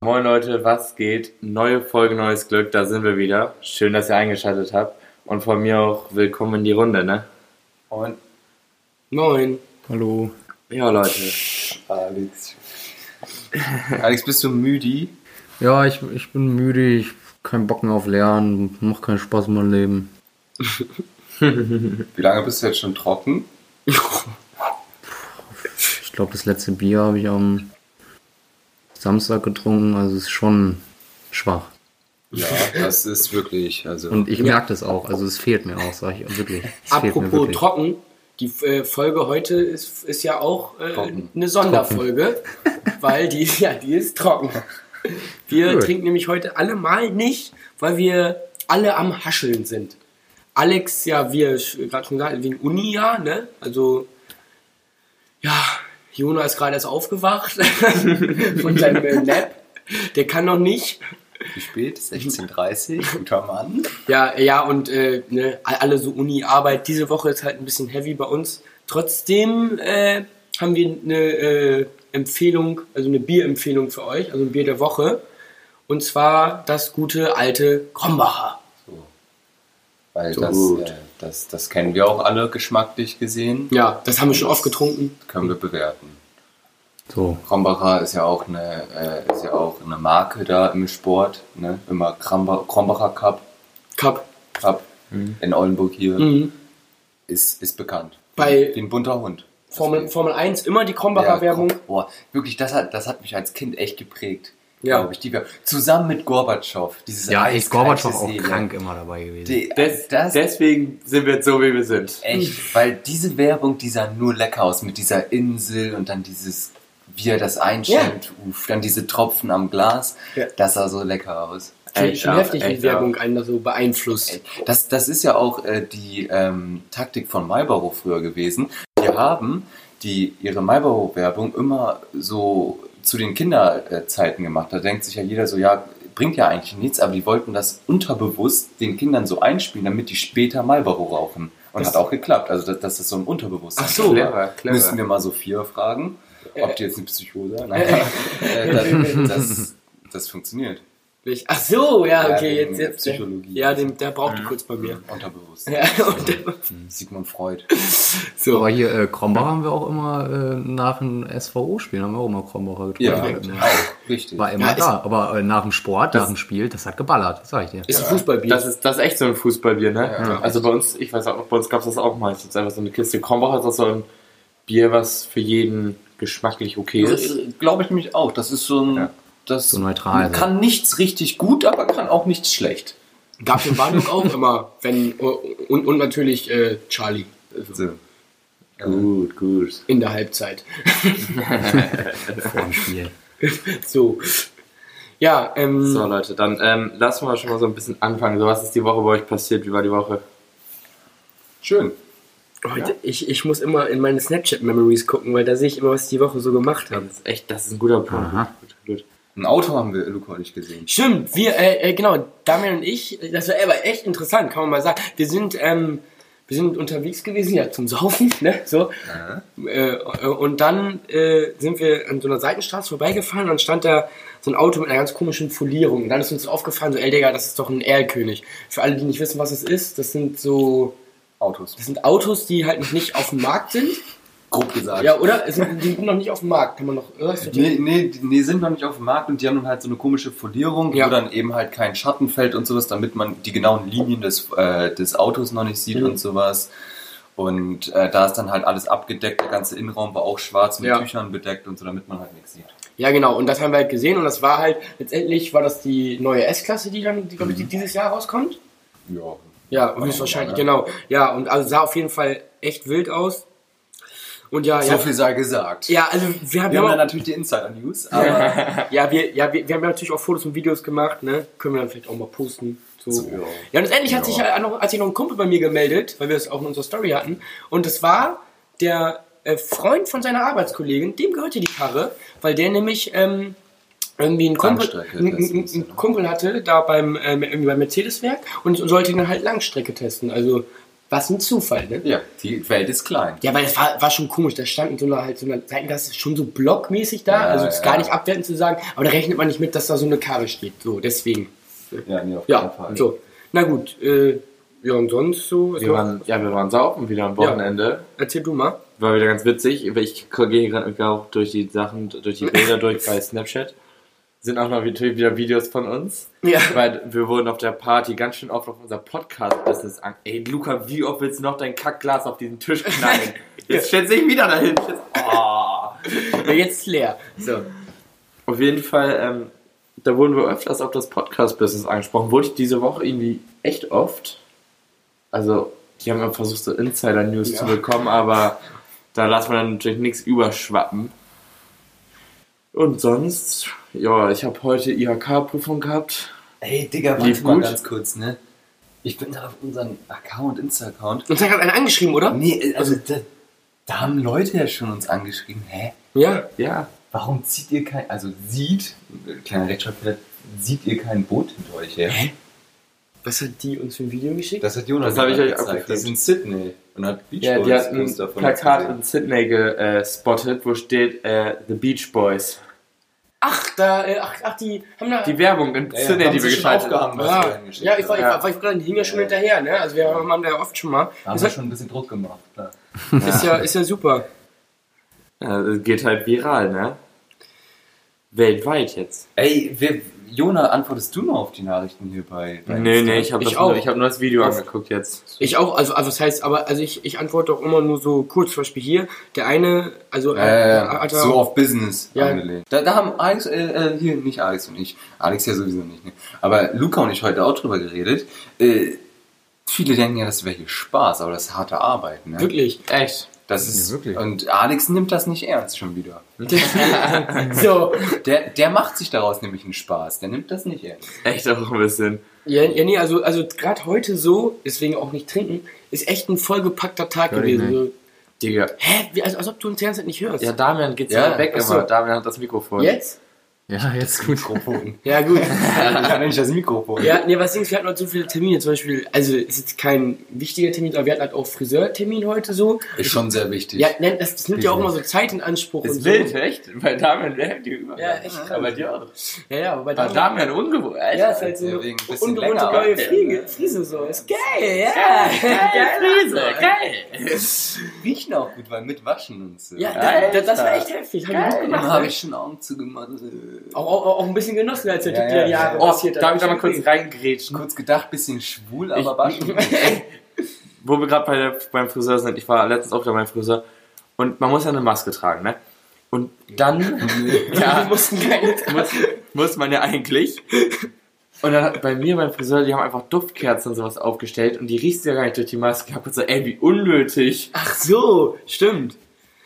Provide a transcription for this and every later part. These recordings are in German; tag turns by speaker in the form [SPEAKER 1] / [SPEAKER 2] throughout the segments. [SPEAKER 1] Moin Leute, was geht? Neue Folge, neues Glück, da sind wir wieder. Schön, dass ihr eingeschaltet habt. Und von mir auch willkommen in die Runde, ne?
[SPEAKER 2] Und
[SPEAKER 3] Moin.
[SPEAKER 4] Hallo.
[SPEAKER 1] Ja, Leute.
[SPEAKER 2] Alex. Alex, bist du müde?
[SPEAKER 4] Ja, ich, ich bin müde, ich hab keinen Bock mehr auf Lernen, macht keinen Spaß in meinem Leben.
[SPEAKER 2] Wie lange bist du jetzt schon trocken?
[SPEAKER 4] Ich glaube, das letzte Bier habe ich am Samstag getrunken, also es ist schon schwach.
[SPEAKER 2] Ja, das ist wirklich, also.
[SPEAKER 4] Und ich merke das auch, also es fehlt mir auch, sag ich also wirklich. Es fehlt mir
[SPEAKER 3] Apropos
[SPEAKER 4] wirklich.
[SPEAKER 3] trocken, die äh, Folge heute ist, ist ja auch äh,
[SPEAKER 2] Trocken.
[SPEAKER 3] eine Sonderfolge, weil die, ja, die ist trocken. Wir
[SPEAKER 4] Gut.
[SPEAKER 3] trinken nämlich heute alle mal nicht, weil wir alle am Hascheln sind. Alex, ja, wie er sch- gerade schon gesagt hat, wegen Uni, ja, ne? Also, ja, Jona ist gerade erst aufgewacht von seinem äh, Nap. Der kann noch nicht.
[SPEAKER 2] Wie spät? 16.30 guter Mann.
[SPEAKER 3] Ja, ja, und äh, ne, alle so Uni-Arbeit. Diese Woche ist halt ein bisschen heavy bei uns. Trotzdem äh, haben wir eine äh, Empfehlung, also eine Bierempfehlung für euch, also ein Bier der Woche. Und zwar das gute alte Krombacher.
[SPEAKER 2] Weil
[SPEAKER 4] So
[SPEAKER 2] das,
[SPEAKER 4] gut.
[SPEAKER 2] äh, das, das kennen wir auch alle geschmacklich gesehen.
[SPEAKER 3] Ja, das haben wir schon oft getrunken.
[SPEAKER 2] Können wir bewerten.
[SPEAKER 4] So,
[SPEAKER 2] Krombacher ist ja auch eine, äh, ist ja auch eine Marke da im Sport, ne? Immer Kromba- Krombacher Cup,
[SPEAKER 3] Cup.
[SPEAKER 2] Cup in Oldenburg hier
[SPEAKER 3] Mhm.
[SPEAKER 2] ist, ist bekannt.
[SPEAKER 3] Bei-
[SPEAKER 2] Wie ein bunter Hund.
[SPEAKER 3] Formel,
[SPEAKER 2] Das-
[SPEAKER 3] Formel 1, immer die Krombacher-Werbung.
[SPEAKER 2] Gott, Boah, wirklich, das hat, das hat mich als Kind echt geprägt.
[SPEAKER 3] Ja.
[SPEAKER 2] Glaub Ich, die, Wer- zusammen mit Gorbatschow. Dieses
[SPEAKER 4] ja, ich
[SPEAKER 2] eiskalte
[SPEAKER 4] Gorbatschow auch
[SPEAKER 2] Seele.
[SPEAKER 4] krank immer dabei gewesen.
[SPEAKER 2] Die,
[SPEAKER 1] Des,
[SPEAKER 2] das ist
[SPEAKER 1] deswegen sind wir jetzt so, wie wir sind.
[SPEAKER 2] echt, weil diese Werbung, die sah nur lecker aus mit dieser Insel und dann dieses, wie er das einschenkt, uff, dann diese Tropfen am Glas.
[SPEAKER 3] Ja.
[SPEAKER 2] Das sah so lecker aus.
[SPEAKER 3] Finde
[SPEAKER 1] Echt
[SPEAKER 3] ich schon
[SPEAKER 1] auch,
[SPEAKER 3] heftig, wie
[SPEAKER 1] echt
[SPEAKER 3] Werbung einen da so beeinflusst.
[SPEAKER 2] Das, das ist ja auch äh, die ähm, Taktik von Marlboro früher gewesen. Die haben die ihre Marlboro-Werbung immer so zu den Kinderzeiten gemacht. Da denkt sich ja jeder so, ja, bringt ja eigentlich nichts, aber die wollten das unterbewusst den Kindern so einspielen, damit die später Marlboro rauchen. Und
[SPEAKER 3] Das-
[SPEAKER 2] hat auch geklappt. Also das, das ist so ein Unterbewusstsein.
[SPEAKER 3] Ach so.
[SPEAKER 1] Clever, clever.
[SPEAKER 2] Müssen wir mal Sophia fragen, ob die jetzt eine Psychose hat. Nein, äh, das, das funktioniert.
[SPEAKER 3] Ach so, ja,
[SPEAKER 2] Ja,
[SPEAKER 3] okay,
[SPEAKER 2] wegen
[SPEAKER 3] jetzt, jetzt.
[SPEAKER 2] Psychologie.
[SPEAKER 3] Ja, den, der braucht die kurz bei mir.
[SPEAKER 2] Unterbewusstsein.
[SPEAKER 3] Ja, und der,
[SPEAKER 2] Sigmund Freud.
[SPEAKER 4] Aber hier äh, Krombacher haben wir auch immer äh, nach dem SVO-Spiel, haben wir auch immer Krombacher
[SPEAKER 2] Ja,
[SPEAKER 4] getrunken.
[SPEAKER 2] auch, richtig.
[SPEAKER 4] War immer
[SPEAKER 3] Ja,
[SPEAKER 4] da, aber äh, nach dem Sport, nach dem Spiel, das hat geballert, sag ich dir.
[SPEAKER 3] ist ein Fußballbier.
[SPEAKER 1] Das ist, das ist echt so ein Fußballbier, ne?
[SPEAKER 2] Ja.
[SPEAKER 1] Also bei uns, ich weiß auch, bei uns gab es das auch meistens. Einfach so eine Kiste Krombacher ist auch so ein Bier, was für jeden geschmacklich okay ist.
[SPEAKER 2] Glaube Äh, ich mich auch. Das ist so ein. Das
[SPEAKER 4] So neutral, also.
[SPEAKER 2] Kann nichts richtig gut, aber kann auch nichts schlecht.
[SPEAKER 3] Gab in Warnung auch immer, wenn und, und natürlich äh, Charlie also
[SPEAKER 1] Gut, gut.
[SPEAKER 3] in der Halbzeit.
[SPEAKER 4] vor dem Spiel.
[SPEAKER 3] So, ja, ähm,
[SPEAKER 1] So Leute, dann ähm, lassen wir schon mal so ein bisschen anfangen. So, was ist die Woche bei euch passiert? Wie war die Woche?
[SPEAKER 2] Schön.
[SPEAKER 3] heute, ich, ich muss immer in meine Snapchat Memories gucken, weil da sehe ich immer, was ich die Woche so gemacht
[SPEAKER 1] Das
[SPEAKER 3] habe.
[SPEAKER 1] ist echt, das ist ein guter Punkt.
[SPEAKER 4] Aha.
[SPEAKER 1] Gut, gut.
[SPEAKER 2] Ein Auto haben wir Luca nicht gesehen.
[SPEAKER 3] Stimmt, wir, äh, äh, genau, Damian und ich, äh, das war aber echt interessant, kann man mal sagen. Wir sind, ähm, wir sind unterwegs gewesen, ja, zum Saufen, ne, so. Äh, äh, und dann äh, sind wir an so einer Seitenstraße vorbeigefahren und dann stand da so ein Auto mit einer ganz komischen Folierung. Und dann ist uns aufgefallen, so, ey, Digga, das ist doch ein Erlkönig. Für alle, die nicht wissen, was es ist, das sind so,
[SPEAKER 2] Autos.
[SPEAKER 3] das sind Autos, die halt noch nicht auf dem Markt sind.
[SPEAKER 2] Grob gesagt.
[SPEAKER 3] Ja, oder? Es sind, die sind noch nicht auf dem Markt, kann man noch, oder? Ist das
[SPEAKER 2] Nee, nee, die- nee, sind noch nicht auf dem Markt und die haben dann halt so eine komische Folierung,
[SPEAKER 3] Ja.
[SPEAKER 2] wo dann eben halt kein Schatten fällt und sowas, damit man die genauen Linien des, äh, des Autos noch nicht sieht und sowas. Und äh, da ist dann halt alles abgedeckt, der ganze Innenraum war auch schwarz mit
[SPEAKER 3] Ja.
[SPEAKER 2] Tüchern bedeckt und so, damit man halt nichts sieht.
[SPEAKER 3] Ja, genau. Und das haben wir halt gesehen. Und das war halt, letztendlich war das die neue S-Klasse, die dann, die, glaube ich, die dieses Jahr rauskommt.
[SPEAKER 2] Ja.
[SPEAKER 3] Mhm. Ja, höchstwahrscheinlich, genau. Ja, und also sah auf jeden Fall echt wild aus. Und ja,
[SPEAKER 2] So
[SPEAKER 3] ja,
[SPEAKER 2] viel sei gesagt.
[SPEAKER 3] ja, also wir haben,
[SPEAKER 2] Wir haben ja
[SPEAKER 3] ja, auch,
[SPEAKER 2] natürlich die Insider-News, aber
[SPEAKER 3] ja, wir, ja, wir, wir haben ja natürlich auch Fotos und Videos gemacht, ne? Können wir dann vielleicht auch mal posten. So.
[SPEAKER 2] So, ja.
[SPEAKER 3] ja. und letztendlich hat
[SPEAKER 2] Ja.
[SPEAKER 3] sich ja noch, hat sich noch ein Kumpel bei mir gemeldet, weil wir das auch in unserer Story hatten. Und das war der äh, Freund von seiner Arbeitskollegin, dem gehörte die Karre, weil der nämlich ähm, irgendwie einen Kumpel,
[SPEAKER 2] Langstrecke
[SPEAKER 3] einen, einen,
[SPEAKER 2] testen, ne?
[SPEAKER 3] einen Kumpel hatte, da beim, ähm, irgendwie beim Mercedes-Werk und sollte ihn dann halt Langstrecke testen. Also Was ein Zufall, ne?
[SPEAKER 2] Ja, die Welt ist klein.
[SPEAKER 3] Ja, weil das war, war schon komisch. Da standen so eine, halt so eine Seitengasse schon so blockmäßig da.
[SPEAKER 2] Ja,
[SPEAKER 3] also es ist
[SPEAKER 2] ja.
[SPEAKER 3] gar nicht abwertend zu sagen, aber da rechnet man nicht mit, dass da so eine Karre steht. So, deswegen.
[SPEAKER 2] Ja, nee, auf
[SPEAKER 3] Ja, so. Na gut, äh, ja, und sonst so.
[SPEAKER 1] Wir waren, ja, wir waren saufen wieder am Wochenende.
[SPEAKER 3] Erzähl du mal.
[SPEAKER 1] War wieder ganz witzig. Ich gehe gerade auch durch die Sachen, durch die Bilder durch bei Snapchat. Sind auch noch wieder wieder Videos von uns.
[SPEAKER 3] Ja.
[SPEAKER 1] Weil wir wurden auf der Party ganz schön oft auf unser Podcast-Business an. Ey, Luca, wie oft willst du noch dein Kackglas auf diesen Tisch knallen? Jetzt schätze ich wieder dahin. Jetzt, oh.
[SPEAKER 3] Ja, jetzt ist leer. So.
[SPEAKER 1] Auf jeden Fall, ähm, da wurden wir öfters auf das Podcast-Business angesprochen. Wurde ich diese Woche irgendwie echt oft. Also, die haben immer versucht, so Insider-News
[SPEAKER 3] Ja.
[SPEAKER 1] zu bekommen, aber da lassen wir dann natürlich nichts überschwappen. Und sonst, ja, ich habe heute IHK-Prüfung gehabt.
[SPEAKER 2] Ey, Digga,
[SPEAKER 1] Lief
[SPEAKER 2] warte mal
[SPEAKER 1] gut.
[SPEAKER 2] ganz kurz, ne? Ich bin da auf unseren Account, Insta-Account.
[SPEAKER 3] Uns hat gerade einer angeschrieben, oder?
[SPEAKER 2] Nee, also da, da haben Leute ja schon uns angeschrieben, hä?
[SPEAKER 3] Ja.
[SPEAKER 1] Ja,
[SPEAKER 2] Warum zieht ihr kein, also sieht, äh, kleiner Rechtschreibfehler, sieht ihr kein Boot hinter euch her?
[SPEAKER 3] Was hat die uns für ein Video geschickt?
[SPEAKER 2] Das hat Jonas
[SPEAKER 1] Das hab ich
[SPEAKER 2] mir
[SPEAKER 1] euch
[SPEAKER 2] gezeigt.
[SPEAKER 1] abgefilmt.
[SPEAKER 2] Die ist in Sydney und hat Beach
[SPEAKER 1] ja die
[SPEAKER 2] Boys
[SPEAKER 1] hat ein
[SPEAKER 2] Poster von uns
[SPEAKER 1] Plakat
[SPEAKER 2] gesehen.
[SPEAKER 1] in Sydney gespottet, wo steht äh, The Beach Boys.
[SPEAKER 3] Ach, da, äh, ach, ach, die haben da.
[SPEAKER 1] Die Werbung in
[SPEAKER 2] ja,
[SPEAKER 1] Sydney,
[SPEAKER 2] haben
[SPEAKER 1] die
[SPEAKER 2] sie
[SPEAKER 1] wir
[SPEAKER 2] schon
[SPEAKER 1] geschaltet haben.
[SPEAKER 2] aufgehangen. was wir
[SPEAKER 3] ja,
[SPEAKER 2] reingeschickt
[SPEAKER 3] ja, ich war, ich
[SPEAKER 1] haben.
[SPEAKER 3] war, ich war gerade, die hingen ja schon hinterher, ne? Also wir haben da ja oft schon mal.
[SPEAKER 2] Da haben
[SPEAKER 3] Ist
[SPEAKER 2] wir
[SPEAKER 3] ja,
[SPEAKER 2] schon ein bisschen Druck gemacht. Ja.
[SPEAKER 3] ist ja, ist ja super.
[SPEAKER 1] Ja, geht halt viral, ne? Weltweit jetzt.
[SPEAKER 2] Ey, wer, Jona, antwortest du noch auf die Nachrichten hier bei, bei
[SPEAKER 1] Nee,
[SPEAKER 2] Insta?
[SPEAKER 1] nee, ich habe
[SPEAKER 3] Ich
[SPEAKER 1] das
[SPEAKER 3] auch.
[SPEAKER 1] nur, ich hab nur das Video angeguckt jetzt.
[SPEAKER 3] Ich auch, also, also was heißt, aber also ich, ich antworte auch immer nur so kurz, zum Beispiel hier, der eine, also
[SPEAKER 2] Ja,
[SPEAKER 3] äh,
[SPEAKER 2] ja, ja.
[SPEAKER 3] hat er
[SPEAKER 2] so auf Business
[SPEAKER 3] Ja.
[SPEAKER 2] angelegt. Da, da haben Alex, äh, äh, hier, nicht Alex und ich, Alex ja sowieso nicht, ne? aber Luca und ich heute auch drüber geredet. Äh, viele denken ja, das wäre hier Spaß, aber das ist harte Arbeit. Ne?
[SPEAKER 3] wirklich.
[SPEAKER 1] Echt?
[SPEAKER 2] Das ist,
[SPEAKER 4] Ja, wirklich.
[SPEAKER 2] Und Alex nimmt das nicht ernst schon wieder.
[SPEAKER 3] so.
[SPEAKER 2] Der, der macht sich daraus nämlich einen Spaß, der nimmt das nicht ernst.
[SPEAKER 1] Echt auch ein bisschen.
[SPEAKER 3] Ja, ja nee, also, also gerade heute so, deswegen auch nicht trinken, ist echt ein vollgepackter Tag
[SPEAKER 4] Hör ich
[SPEAKER 3] gewesen. So,
[SPEAKER 1] Digga.
[SPEAKER 3] hä? Wie, also, als ob du uns die ganze Zeit nicht hörst.
[SPEAKER 1] Ja, Damian geht's
[SPEAKER 2] Ja,
[SPEAKER 1] ja, weg
[SPEAKER 2] ach so.
[SPEAKER 1] immer. Damian hat das Mikrofon.
[SPEAKER 3] Jetzt?
[SPEAKER 4] Ja, jetzt gut.
[SPEAKER 2] Mikrofon.
[SPEAKER 3] Ja, gut.
[SPEAKER 2] Ich kann nicht das Mikrofon.
[SPEAKER 3] ja, nee, was Dings, wir hatten heute so viele Termine, zum Beispiel, also ist jetzt kein wichtiger Termin, aber wir hatten halt auch Friseurtermin heute so.
[SPEAKER 2] Ist schon sehr wichtig.
[SPEAKER 3] Ja, nein, das, das nimmt ja auch immer so Zeit in Anspruch. und
[SPEAKER 1] Ist
[SPEAKER 3] so.
[SPEAKER 1] wild, echt? Bei Damian wäre die über.
[SPEAKER 3] Ja, echt krass.
[SPEAKER 1] Aber dir auch.
[SPEAKER 3] Ja, ja, aber bei
[SPEAKER 1] Bei Damian ungewohnt. Echt?
[SPEAKER 3] Ja, ist halt so
[SPEAKER 2] Ja,
[SPEAKER 3] eine
[SPEAKER 2] wegen ein bisschen
[SPEAKER 3] ungewohnte
[SPEAKER 2] länger,
[SPEAKER 3] neue
[SPEAKER 2] aber-
[SPEAKER 3] Fliege, Friese so. Ist geil, ja. Geil, Oh,
[SPEAKER 1] Riese,
[SPEAKER 2] riecht auch gut, weil mit Waschen und so.
[SPEAKER 3] Ja,
[SPEAKER 2] da
[SPEAKER 3] da, da, das war echt heftig. Hab ich gut gemacht.
[SPEAKER 2] habe ich schon Augen zugemacht.
[SPEAKER 3] Auch, auch, auch ein bisschen genossen, als der
[SPEAKER 2] Ja,
[SPEAKER 3] Typ
[SPEAKER 2] ja,
[SPEAKER 3] dir die
[SPEAKER 2] ja.
[SPEAKER 3] Haare
[SPEAKER 1] Oh,
[SPEAKER 3] passiert
[SPEAKER 1] darf ich da mal kurz reingrätschen?
[SPEAKER 2] kurz gedacht, bisschen schwul, aber war schon.
[SPEAKER 1] wo wir gerade bei der- beim Friseur sind, ich war letztens auch wieder beim Friseur und man muss ja eine Maske tragen, ne? Und dann
[SPEAKER 3] Wir mussten keine
[SPEAKER 1] muss, muss man ja eigentlich. Und dann hat bei mir beim Friseur, die haben einfach Duftkerzen und sowas aufgestellt und die riechst du ja gar nicht durch die Maske. Ich hab gesagt, ey, wie unnötig.
[SPEAKER 3] Ach so, stimmt.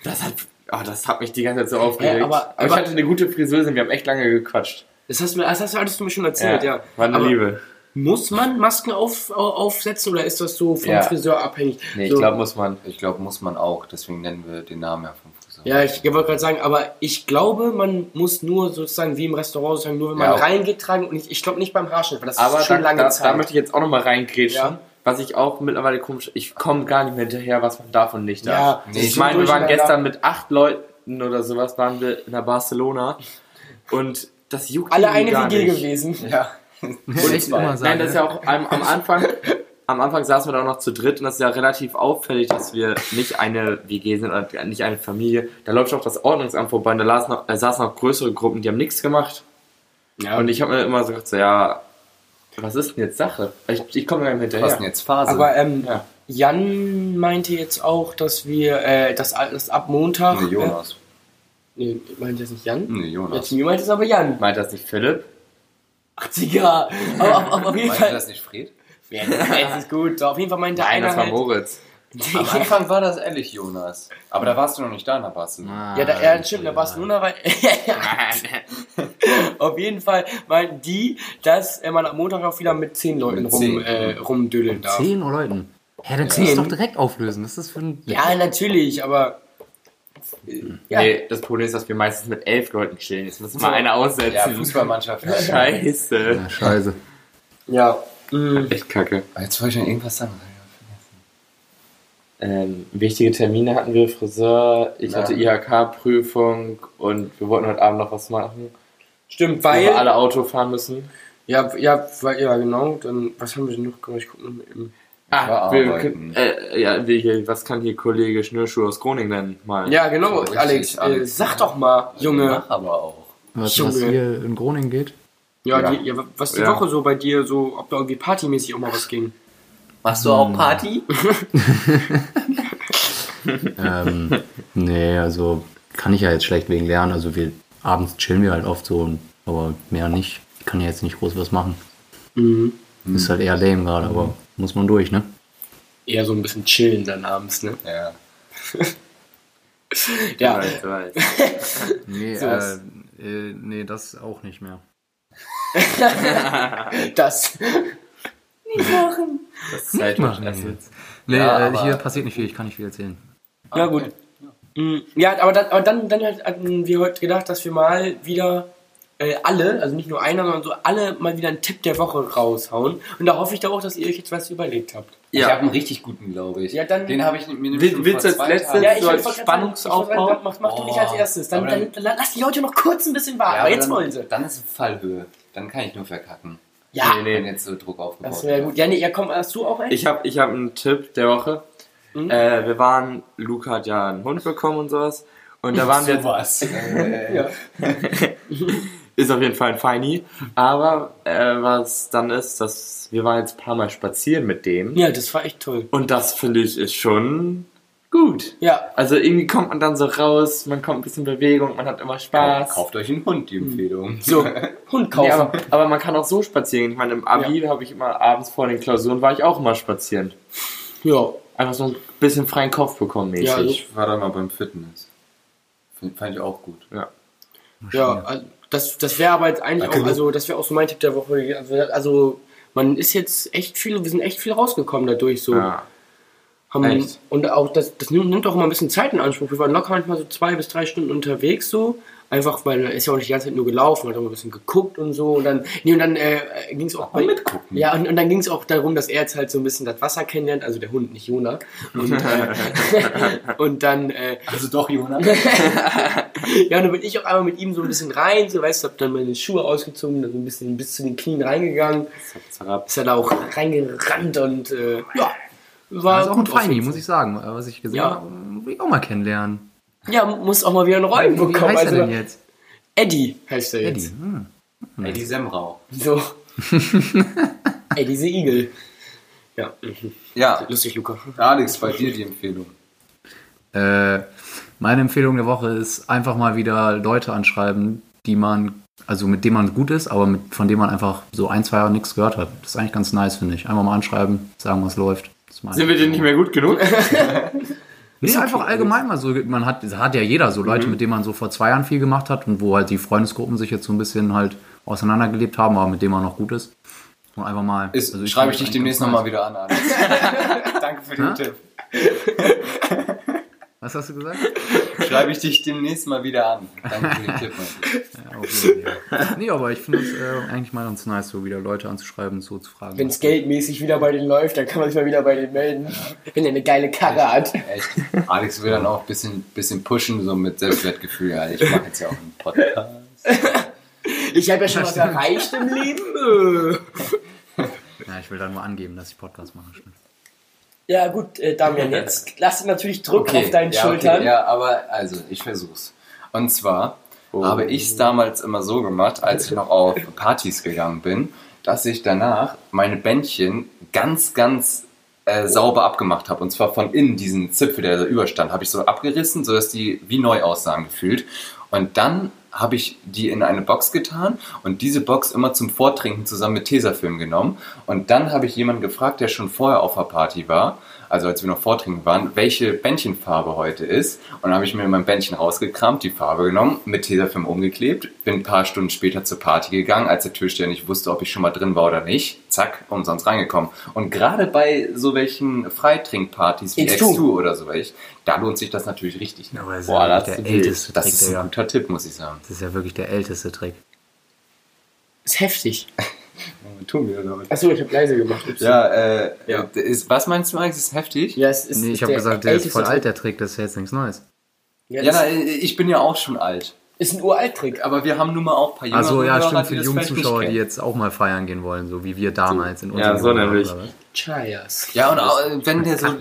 [SPEAKER 1] Das hat, oh, das hat mich die ganze Zeit so aufgeregt.
[SPEAKER 3] Äh, aber-
[SPEAKER 1] aber, ich
[SPEAKER 3] aber-
[SPEAKER 1] hatte eine gute Friseurin, wir haben echt lange gequatscht.
[SPEAKER 3] Das hast, du mir, das hast du alles mir schon erzählt, ja.
[SPEAKER 1] War eine
[SPEAKER 3] Aber
[SPEAKER 1] Liebe.
[SPEAKER 3] Muss man Masken auf, au- aufsetzen oder ist das so vom
[SPEAKER 1] Ja.
[SPEAKER 3] Friseur abhängig?
[SPEAKER 1] Nee,
[SPEAKER 3] so.
[SPEAKER 1] ich glaube, muss man.
[SPEAKER 2] Ich glaube, muss man auch, deswegen nennen wir den Namen ja vom Friseur.
[SPEAKER 3] Ja, ich wollte gerade sagen, aber ich glaube, man muss nur sozusagen wie im Restaurant sozusagen nur, wenn
[SPEAKER 2] Ja,
[SPEAKER 3] man
[SPEAKER 2] auch.
[SPEAKER 3] reingeht, tragen und ich, ich glaube nicht beim Haarschnitt, weil das
[SPEAKER 1] Aber
[SPEAKER 3] ist
[SPEAKER 1] da,
[SPEAKER 3] schon lange
[SPEAKER 1] da,
[SPEAKER 3] Zeit.
[SPEAKER 1] da möchte ich jetzt auch nochmal reingrätschen.
[SPEAKER 3] Ja.
[SPEAKER 1] Was ich auch mittlerweile komisch, ich komme gar nicht mehr hinterher, was man darf und nicht
[SPEAKER 3] Ja,
[SPEAKER 1] darf.
[SPEAKER 3] das
[SPEAKER 1] Ja,
[SPEAKER 2] ist
[SPEAKER 1] ich
[SPEAKER 2] so
[SPEAKER 1] meine, wir waren
[SPEAKER 3] durcheinander.
[SPEAKER 1] gestern mit acht Leuten oder sowas, waren wir in der Barcelona und das juckt
[SPEAKER 3] Alle
[SPEAKER 1] irgendwie
[SPEAKER 3] eine
[SPEAKER 1] gar
[SPEAKER 3] WG
[SPEAKER 1] nicht.
[SPEAKER 3] gewesen.
[SPEAKER 2] Ja.
[SPEAKER 4] Muss echt immer
[SPEAKER 1] Nein,
[SPEAKER 4] sagen.
[SPEAKER 1] das ist ja auch am, am Anfang. Am Anfang saßen wir da auch noch zu dritt und das ist ja relativ auffällig, dass wir nicht eine WG sind oder nicht eine Familie. Da läuft auch das Ordnungsamt vorbei und da saßen noch, da saßen noch größere Gruppen, die haben nichts gemacht.
[SPEAKER 3] Ja,
[SPEAKER 1] Und ich habe mir immer so gedacht, so, ja, was ist denn jetzt Sache? Ich, ich komme gar nicht
[SPEAKER 2] Was
[SPEAKER 1] hinterher.
[SPEAKER 2] denn jetzt Phase?
[SPEAKER 3] aber ähm,
[SPEAKER 1] Ja.
[SPEAKER 3] Jan meinte jetzt auch, dass wir, äh, dass alles ab Montag.
[SPEAKER 2] nee, Jonas.
[SPEAKER 3] Äh, nee, meinte das nicht Jan?
[SPEAKER 2] Nee,
[SPEAKER 3] Ja,
[SPEAKER 2] Jonas.
[SPEAKER 3] Timmy meinte es aber Jan.
[SPEAKER 1] Meint das nicht Philipp?
[SPEAKER 3] Ach, Digga. Aber auf, auf, auf jeden
[SPEAKER 2] Meinst du
[SPEAKER 3] Fall.
[SPEAKER 2] das nicht Fred?
[SPEAKER 3] Ja, das ist gut. So, auf jeden Fall meinte
[SPEAKER 1] Nein,
[SPEAKER 3] einer
[SPEAKER 1] das war
[SPEAKER 3] halt,
[SPEAKER 1] Moritz.
[SPEAKER 2] Am Anfang war das ehrlich Jonas. Aber da warst du noch nicht da, da warst du.
[SPEAKER 4] Ah,
[SPEAKER 3] Ja, da, ja, stimmt, da Barcelona war. Auf jeden Fall meinten die, dass äh, man am Montag auch wieder mit zehn Leuten
[SPEAKER 2] Mit
[SPEAKER 3] rum,
[SPEAKER 2] zehn.
[SPEAKER 3] Äh, rumdödeln darf.
[SPEAKER 4] Zehn Leuten. Ja, dann kannst du es
[SPEAKER 3] Ja.
[SPEAKER 4] doch direkt auflösen. Das ist für ein.
[SPEAKER 3] Ja, natürlich, aber. Ja.
[SPEAKER 1] Nee, das Problem ist, dass wir meistens mit elf Leuten chillen. Jetzt müssen wir eine
[SPEAKER 2] Ja,
[SPEAKER 1] aussetzen.
[SPEAKER 2] Fußballmannschaft. halt.
[SPEAKER 1] Scheiße.
[SPEAKER 4] Ja, scheiße.
[SPEAKER 3] Ja. Mhm.
[SPEAKER 1] Echt kacke.
[SPEAKER 2] Jetzt wollte ich noch irgendwas sagen.
[SPEAKER 1] ähm, wichtige Termine hatten wir, Friseur, ich
[SPEAKER 2] Ja.
[SPEAKER 1] hatte IHK-Prüfung und wir wollten heute Abend noch was machen.
[SPEAKER 3] Stimmt,
[SPEAKER 1] Weil wir
[SPEAKER 3] weil.
[SPEAKER 1] alle Auto fahren müssen.
[SPEAKER 3] Ja, ja, weil, ja, genau. Dann, was haben wir denn noch? Kann ich gucken. Eben.
[SPEAKER 1] Ah,
[SPEAKER 2] war
[SPEAKER 1] wir,
[SPEAKER 2] arbeiten.
[SPEAKER 1] äh, ja, wir hier, was kann hier Kollege Schnürschuh aus Groningen denn mal?
[SPEAKER 3] Ja, genau,
[SPEAKER 2] richtig,
[SPEAKER 3] Alex. Äh,
[SPEAKER 2] Alex.
[SPEAKER 3] sag doch mal, Junge.
[SPEAKER 2] Mach aber auch.
[SPEAKER 4] Was,
[SPEAKER 3] Junge.
[SPEAKER 4] was hier in Groningen geht?
[SPEAKER 3] Ja,
[SPEAKER 2] Ja.
[SPEAKER 3] Die, ja was die
[SPEAKER 1] Ja.
[SPEAKER 3] Woche so bei dir, so, ob da irgendwie partymäßig auch mal was ging.
[SPEAKER 2] Machst du auch Party?
[SPEAKER 4] ähm, nee, also kann ich ja jetzt schlecht wegen lernen. Also wir abends chillen wir halt oft so, und- aber mehr nicht. Ich kann ja jetzt nicht groß was machen.
[SPEAKER 3] Mhm.
[SPEAKER 4] Ist halt eher lame gerade, aber muss man durch, ne?
[SPEAKER 3] Eher so ein bisschen chillen dann abends, ne?
[SPEAKER 2] Ja.
[SPEAKER 3] Ja.
[SPEAKER 1] Ich weiß.
[SPEAKER 4] Nee, äh,
[SPEAKER 3] Sowas.
[SPEAKER 4] nee, das auch nicht mehr.
[SPEAKER 3] Das.
[SPEAKER 1] Das ist halt
[SPEAKER 4] Mach
[SPEAKER 1] das
[SPEAKER 4] nicht.
[SPEAKER 1] jetzt.
[SPEAKER 4] Nee,
[SPEAKER 2] Ja,
[SPEAKER 4] äh,
[SPEAKER 2] aber-
[SPEAKER 4] hier passiert nicht viel, ich kann nicht viel erzählen.
[SPEAKER 3] Ja, gut. Mm, Ja, aber dann, aber dann, dann halt hatten wir heute gedacht, dass wir mal wieder äh, alle, also nicht nur einer, sondern so alle mal wieder einen Tipp der Woche raushauen. Und da hoffe ich da auch, dass ihr euch jetzt was überlegt habt.
[SPEAKER 2] Ich
[SPEAKER 1] Ja.
[SPEAKER 2] habe einen richtig guten, glaube ich.
[SPEAKER 3] Ja, dann-
[SPEAKER 2] Den habe ich mir nämlich
[SPEAKER 1] Will-
[SPEAKER 2] schon
[SPEAKER 1] willst du
[SPEAKER 2] vor
[SPEAKER 1] als
[SPEAKER 2] zwei
[SPEAKER 1] letztes-
[SPEAKER 2] Tagen-
[SPEAKER 1] Ja,
[SPEAKER 3] ich
[SPEAKER 1] so als
[SPEAKER 3] wollte gerade sagen,
[SPEAKER 1] Spannungsaufbau?
[SPEAKER 3] ich wollte gerade sagen, Mach, mach du mich
[SPEAKER 2] Oh,
[SPEAKER 3] als erstes. Dann,
[SPEAKER 2] aber
[SPEAKER 3] dann,
[SPEAKER 2] dann-
[SPEAKER 3] dann lass die Leute noch kurz ein bisschen warten.
[SPEAKER 2] Ja,
[SPEAKER 3] aber jetzt
[SPEAKER 2] dann,
[SPEAKER 3] wollen sie.
[SPEAKER 2] Dann ist Fallhöhe. Dann kann ich nur verkacken.
[SPEAKER 3] Ja,
[SPEAKER 1] Nee, nee.
[SPEAKER 2] Wenn jetzt so Druck aufgebaut
[SPEAKER 3] das wäre
[SPEAKER 2] wird.
[SPEAKER 3] gut. Ja, nee, ja, komm, hast du auch einen?
[SPEAKER 1] Ich habe ich hab einen Tipp der Woche.
[SPEAKER 3] Mhm.
[SPEAKER 1] Äh, wir waren, Luca hat ja einen Hund bekommen und sowas. Und da waren wir,
[SPEAKER 2] Sowas. Äh,
[SPEAKER 3] Ja.
[SPEAKER 1] ist auf jeden Fall ein Feini. Aber äh, was dann ist, dass wir waren jetzt ein paar Mal spazieren mit dem.
[SPEAKER 3] Ja, das war echt toll.
[SPEAKER 1] Und das finde ich ist schon gut.
[SPEAKER 3] Ja,
[SPEAKER 1] Also irgendwie kommt man dann so raus, man kommt ein bisschen Bewegung, man hat immer Spaß.
[SPEAKER 2] Kauft euch einen Hund, die Empfehlung.
[SPEAKER 3] so, Hund kaufen.
[SPEAKER 1] Nee, aber, aber man kann auch so spazieren. Ich meine, im Abi habe ich immer abends vor den Klausuren war ich auch immer spazieren.
[SPEAKER 3] ja.
[SPEAKER 1] Einfach so ein bisschen freien Kopf bekommen mäßig.
[SPEAKER 3] Ja, also-
[SPEAKER 2] Ich war da mal beim Fitness. Fand fand ich auch gut.
[SPEAKER 1] ja.
[SPEAKER 3] Ja, also das, das wäre aber jetzt eigentlich auch, also das wäre auch so mein Tipp der Woche. Also, also man ist jetzt echt viel, wir sind echt viel rausgekommen dadurch so.
[SPEAKER 1] Ja.
[SPEAKER 3] Haben,
[SPEAKER 1] echt.
[SPEAKER 3] Und auch das, das nimmt, nimmt auch immer ein bisschen Zeit in Anspruch. Wir waren locker manchmal so zwei bis drei Stunden unterwegs so. Einfach, weil man ist ja auch nicht die ganze Zeit nur gelaufen, hat auch mal ein bisschen geguckt und so. Und dann, nee, und dann äh, ging es auch bei,
[SPEAKER 2] mitgucken.
[SPEAKER 3] Ja, und, und dann ging es auch darum, dass er jetzt halt so ein bisschen das Wasser kennenlernt, also der Hund, nicht Jona. Und, äh, und dann äh,
[SPEAKER 2] Also doch, Jonas.
[SPEAKER 3] ja, und dann bin ich auch einmal mit ihm so ein bisschen rein, so weißt du, hab dann meine Schuhe ausgezogen, dann so ein bisschen bis zu den Knien reingegangen.
[SPEAKER 1] Zarab.
[SPEAKER 3] Ist er da auch reingerannt und äh, ja, war
[SPEAKER 4] Also auch ein
[SPEAKER 3] gut
[SPEAKER 4] Feini,
[SPEAKER 3] ausgezogen.
[SPEAKER 4] muss ich sagen. Äh, Was ich gesehen
[SPEAKER 3] Ja.
[SPEAKER 4] habe, will ich auch mal kennenlernen.
[SPEAKER 3] Ja, muss auch mal wieder einen Rollen
[SPEAKER 4] Wie
[SPEAKER 3] bekommen.
[SPEAKER 4] heißt er
[SPEAKER 3] Also,
[SPEAKER 4] denn jetzt?
[SPEAKER 3] Eddie heißt er
[SPEAKER 4] Eddie.
[SPEAKER 3] jetzt.
[SPEAKER 4] Hm.
[SPEAKER 2] Eddie Semrau.
[SPEAKER 3] So. Eddie the Eagle. Ja,
[SPEAKER 2] Ja,
[SPEAKER 3] lustig, Luca.
[SPEAKER 2] Alex, bei dir die Empfehlung.
[SPEAKER 4] Äh, meine Empfehlung der Woche ist einfach mal wieder Leute anschreiben, die man, also mit denen man gut ist, aber mit, von denen man einfach so ein, zwei Jahre nichts gehört hat. Das ist eigentlich ganz nice, finde ich. Einfach mal anschreiben, sagen, was läuft. Das ist meine
[SPEAKER 1] Sind wir denn nicht mehr gut genug?
[SPEAKER 4] Nee, einfach allgemein mal so. Man hat, hat ja jeder so Leute, mit denen man so vor zwei Jahren viel gemacht hat und wo halt die Freundesgruppen sich jetzt so ein bisschen halt auseinandergelebt haben, aber mit denen man noch gut ist. Und einfach mal.
[SPEAKER 2] Ist,
[SPEAKER 4] also
[SPEAKER 2] schreibe
[SPEAKER 4] finde
[SPEAKER 2] ich dich
[SPEAKER 4] das
[SPEAKER 2] demnächst
[SPEAKER 4] eigentlich
[SPEAKER 2] nochmal wieder an, Alex. Hm? Danke für den
[SPEAKER 4] Hä?
[SPEAKER 2] Tipp.
[SPEAKER 4] ganz nice. Was hast du gesagt?
[SPEAKER 2] Schreibe ich dich demnächst mal wieder an. Danke für den Tipp, mein Lieber.
[SPEAKER 4] ja, okay, ja. Nee, aber ich finde es äh, eigentlich mal ganz nice, so wieder Leute anzuschreiben, so zu fragen.
[SPEAKER 3] Wenn es geldmäßig wieder bei denen läuft, dann kann man sich mal wieder bei denen melden. Wenn er eine geile Karre hat.
[SPEAKER 2] Echt. Alex will dann auch ein bisschen, bisschen pushen, so mit Selbstwertgefühl. Ja, ich mache jetzt ja auch einen Podcast.
[SPEAKER 3] Ich habe ja schon was erreicht im Leben. Äh.
[SPEAKER 4] Ja, ich will da nur angeben, dass ich Podcast mache. Stimmt.
[SPEAKER 3] Ja, gut, äh, Damian, jetzt lass dir natürlich Druck auf deinen
[SPEAKER 2] ja,
[SPEAKER 3] Schultern.
[SPEAKER 2] Okay, ja, aber also, ich versuch's. Und zwar habe ich es damals immer so gemacht, als ich noch auf Partys gegangen bin, dass ich danach meine Bändchen ganz, ganz äh, sauber abgemacht habe. Und zwar von innen diesen Zipfel, der da überstand, habe ich so abgerissen, sodass die wie neu aussahen gefühlt. Und dann habe ich die in eine Box getan und diese Box immer zum Vortrinken zusammen mit Tesafilm genommen. Und dann habe ich jemanden gefragt, der schon vorher auf der Party war, also als wir noch vortrinken waren, welche Bändchenfarbe heute ist. Und dann habe ich mir mein Bändchen rausgekramt, die Farbe genommen, mit Tesafilm umgeklebt, bin ein paar Stunden später zur Party gegangen, als der Türsteher nicht wusste, ob ich schon mal drin war oder nicht. Zack, umsonst reingekommen. Und gerade bei so welchen Freitrinkpartys wie
[SPEAKER 3] X2.
[SPEAKER 2] X2 oder so welch, da lohnt sich das natürlich richtig. ne?
[SPEAKER 4] Ja, aber das ist
[SPEAKER 2] Boah,
[SPEAKER 4] ja
[SPEAKER 2] da hast
[SPEAKER 4] der
[SPEAKER 2] du
[SPEAKER 4] älteste
[SPEAKER 2] Bild. Das
[SPEAKER 4] Trick,
[SPEAKER 2] ist
[SPEAKER 4] Digga.
[SPEAKER 2] ein guter Tipp, muss ich sagen.
[SPEAKER 4] Das ist ja wirklich der älteste Trick.
[SPEAKER 3] Ist heftig.
[SPEAKER 2] Was tun wir damit?
[SPEAKER 3] Achso, ich habe leise gemacht. Ups.
[SPEAKER 2] Ja, äh,
[SPEAKER 3] Ja.
[SPEAKER 2] äh, Ist, was meinst du eigentlich? Ist heftig?
[SPEAKER 3] Ja, es ist
[SPEAKER 4] Nee, ich habe
[SPEAKER 3] der
[SPEAKER 4] gesagt, der ist
[SPEAKER 3] älteste
[SPEAKER 4] voll
[SPEAKER 3] Trick.
[SPEAKER 4] alt, der Trick, das ist ja jetzt nichts Neues.
[SPEAKER 3] Ja,
[SPEAKER 2] Ja,
[SPEAKER 3] das
[SPEAKER 2] na, äh, ich bin ja auch schon alt.
[SPEAKER 3] ist ein Uralt-Trick.
[SPEAKER 2] Aber wir haben nun mal auch ein paar
[SPEAKER 4] Also ja,
[SPEAKER 2] Hörer,
[SPEAKER 4] stimmt, für die
[SPEAKER 2] das
[SPEAKER 4] jungen
[SPEAKER 2] vielleicht nicht
[SPEAKER 4] Zuschauer, die
[SPEAKER 2] kennen.
[SPEAKER 4] jetzt auch mal feiern gehen wollen, so wie wir damals in
[SPEAKER 1] Ja,
[SPEAKER 4] unserem
[SPEAKER 1] so nämlich.
[SPEAKER 3] Chayas.
[SPEAKER 2] Ja, und auch, äh, wenn der so äh,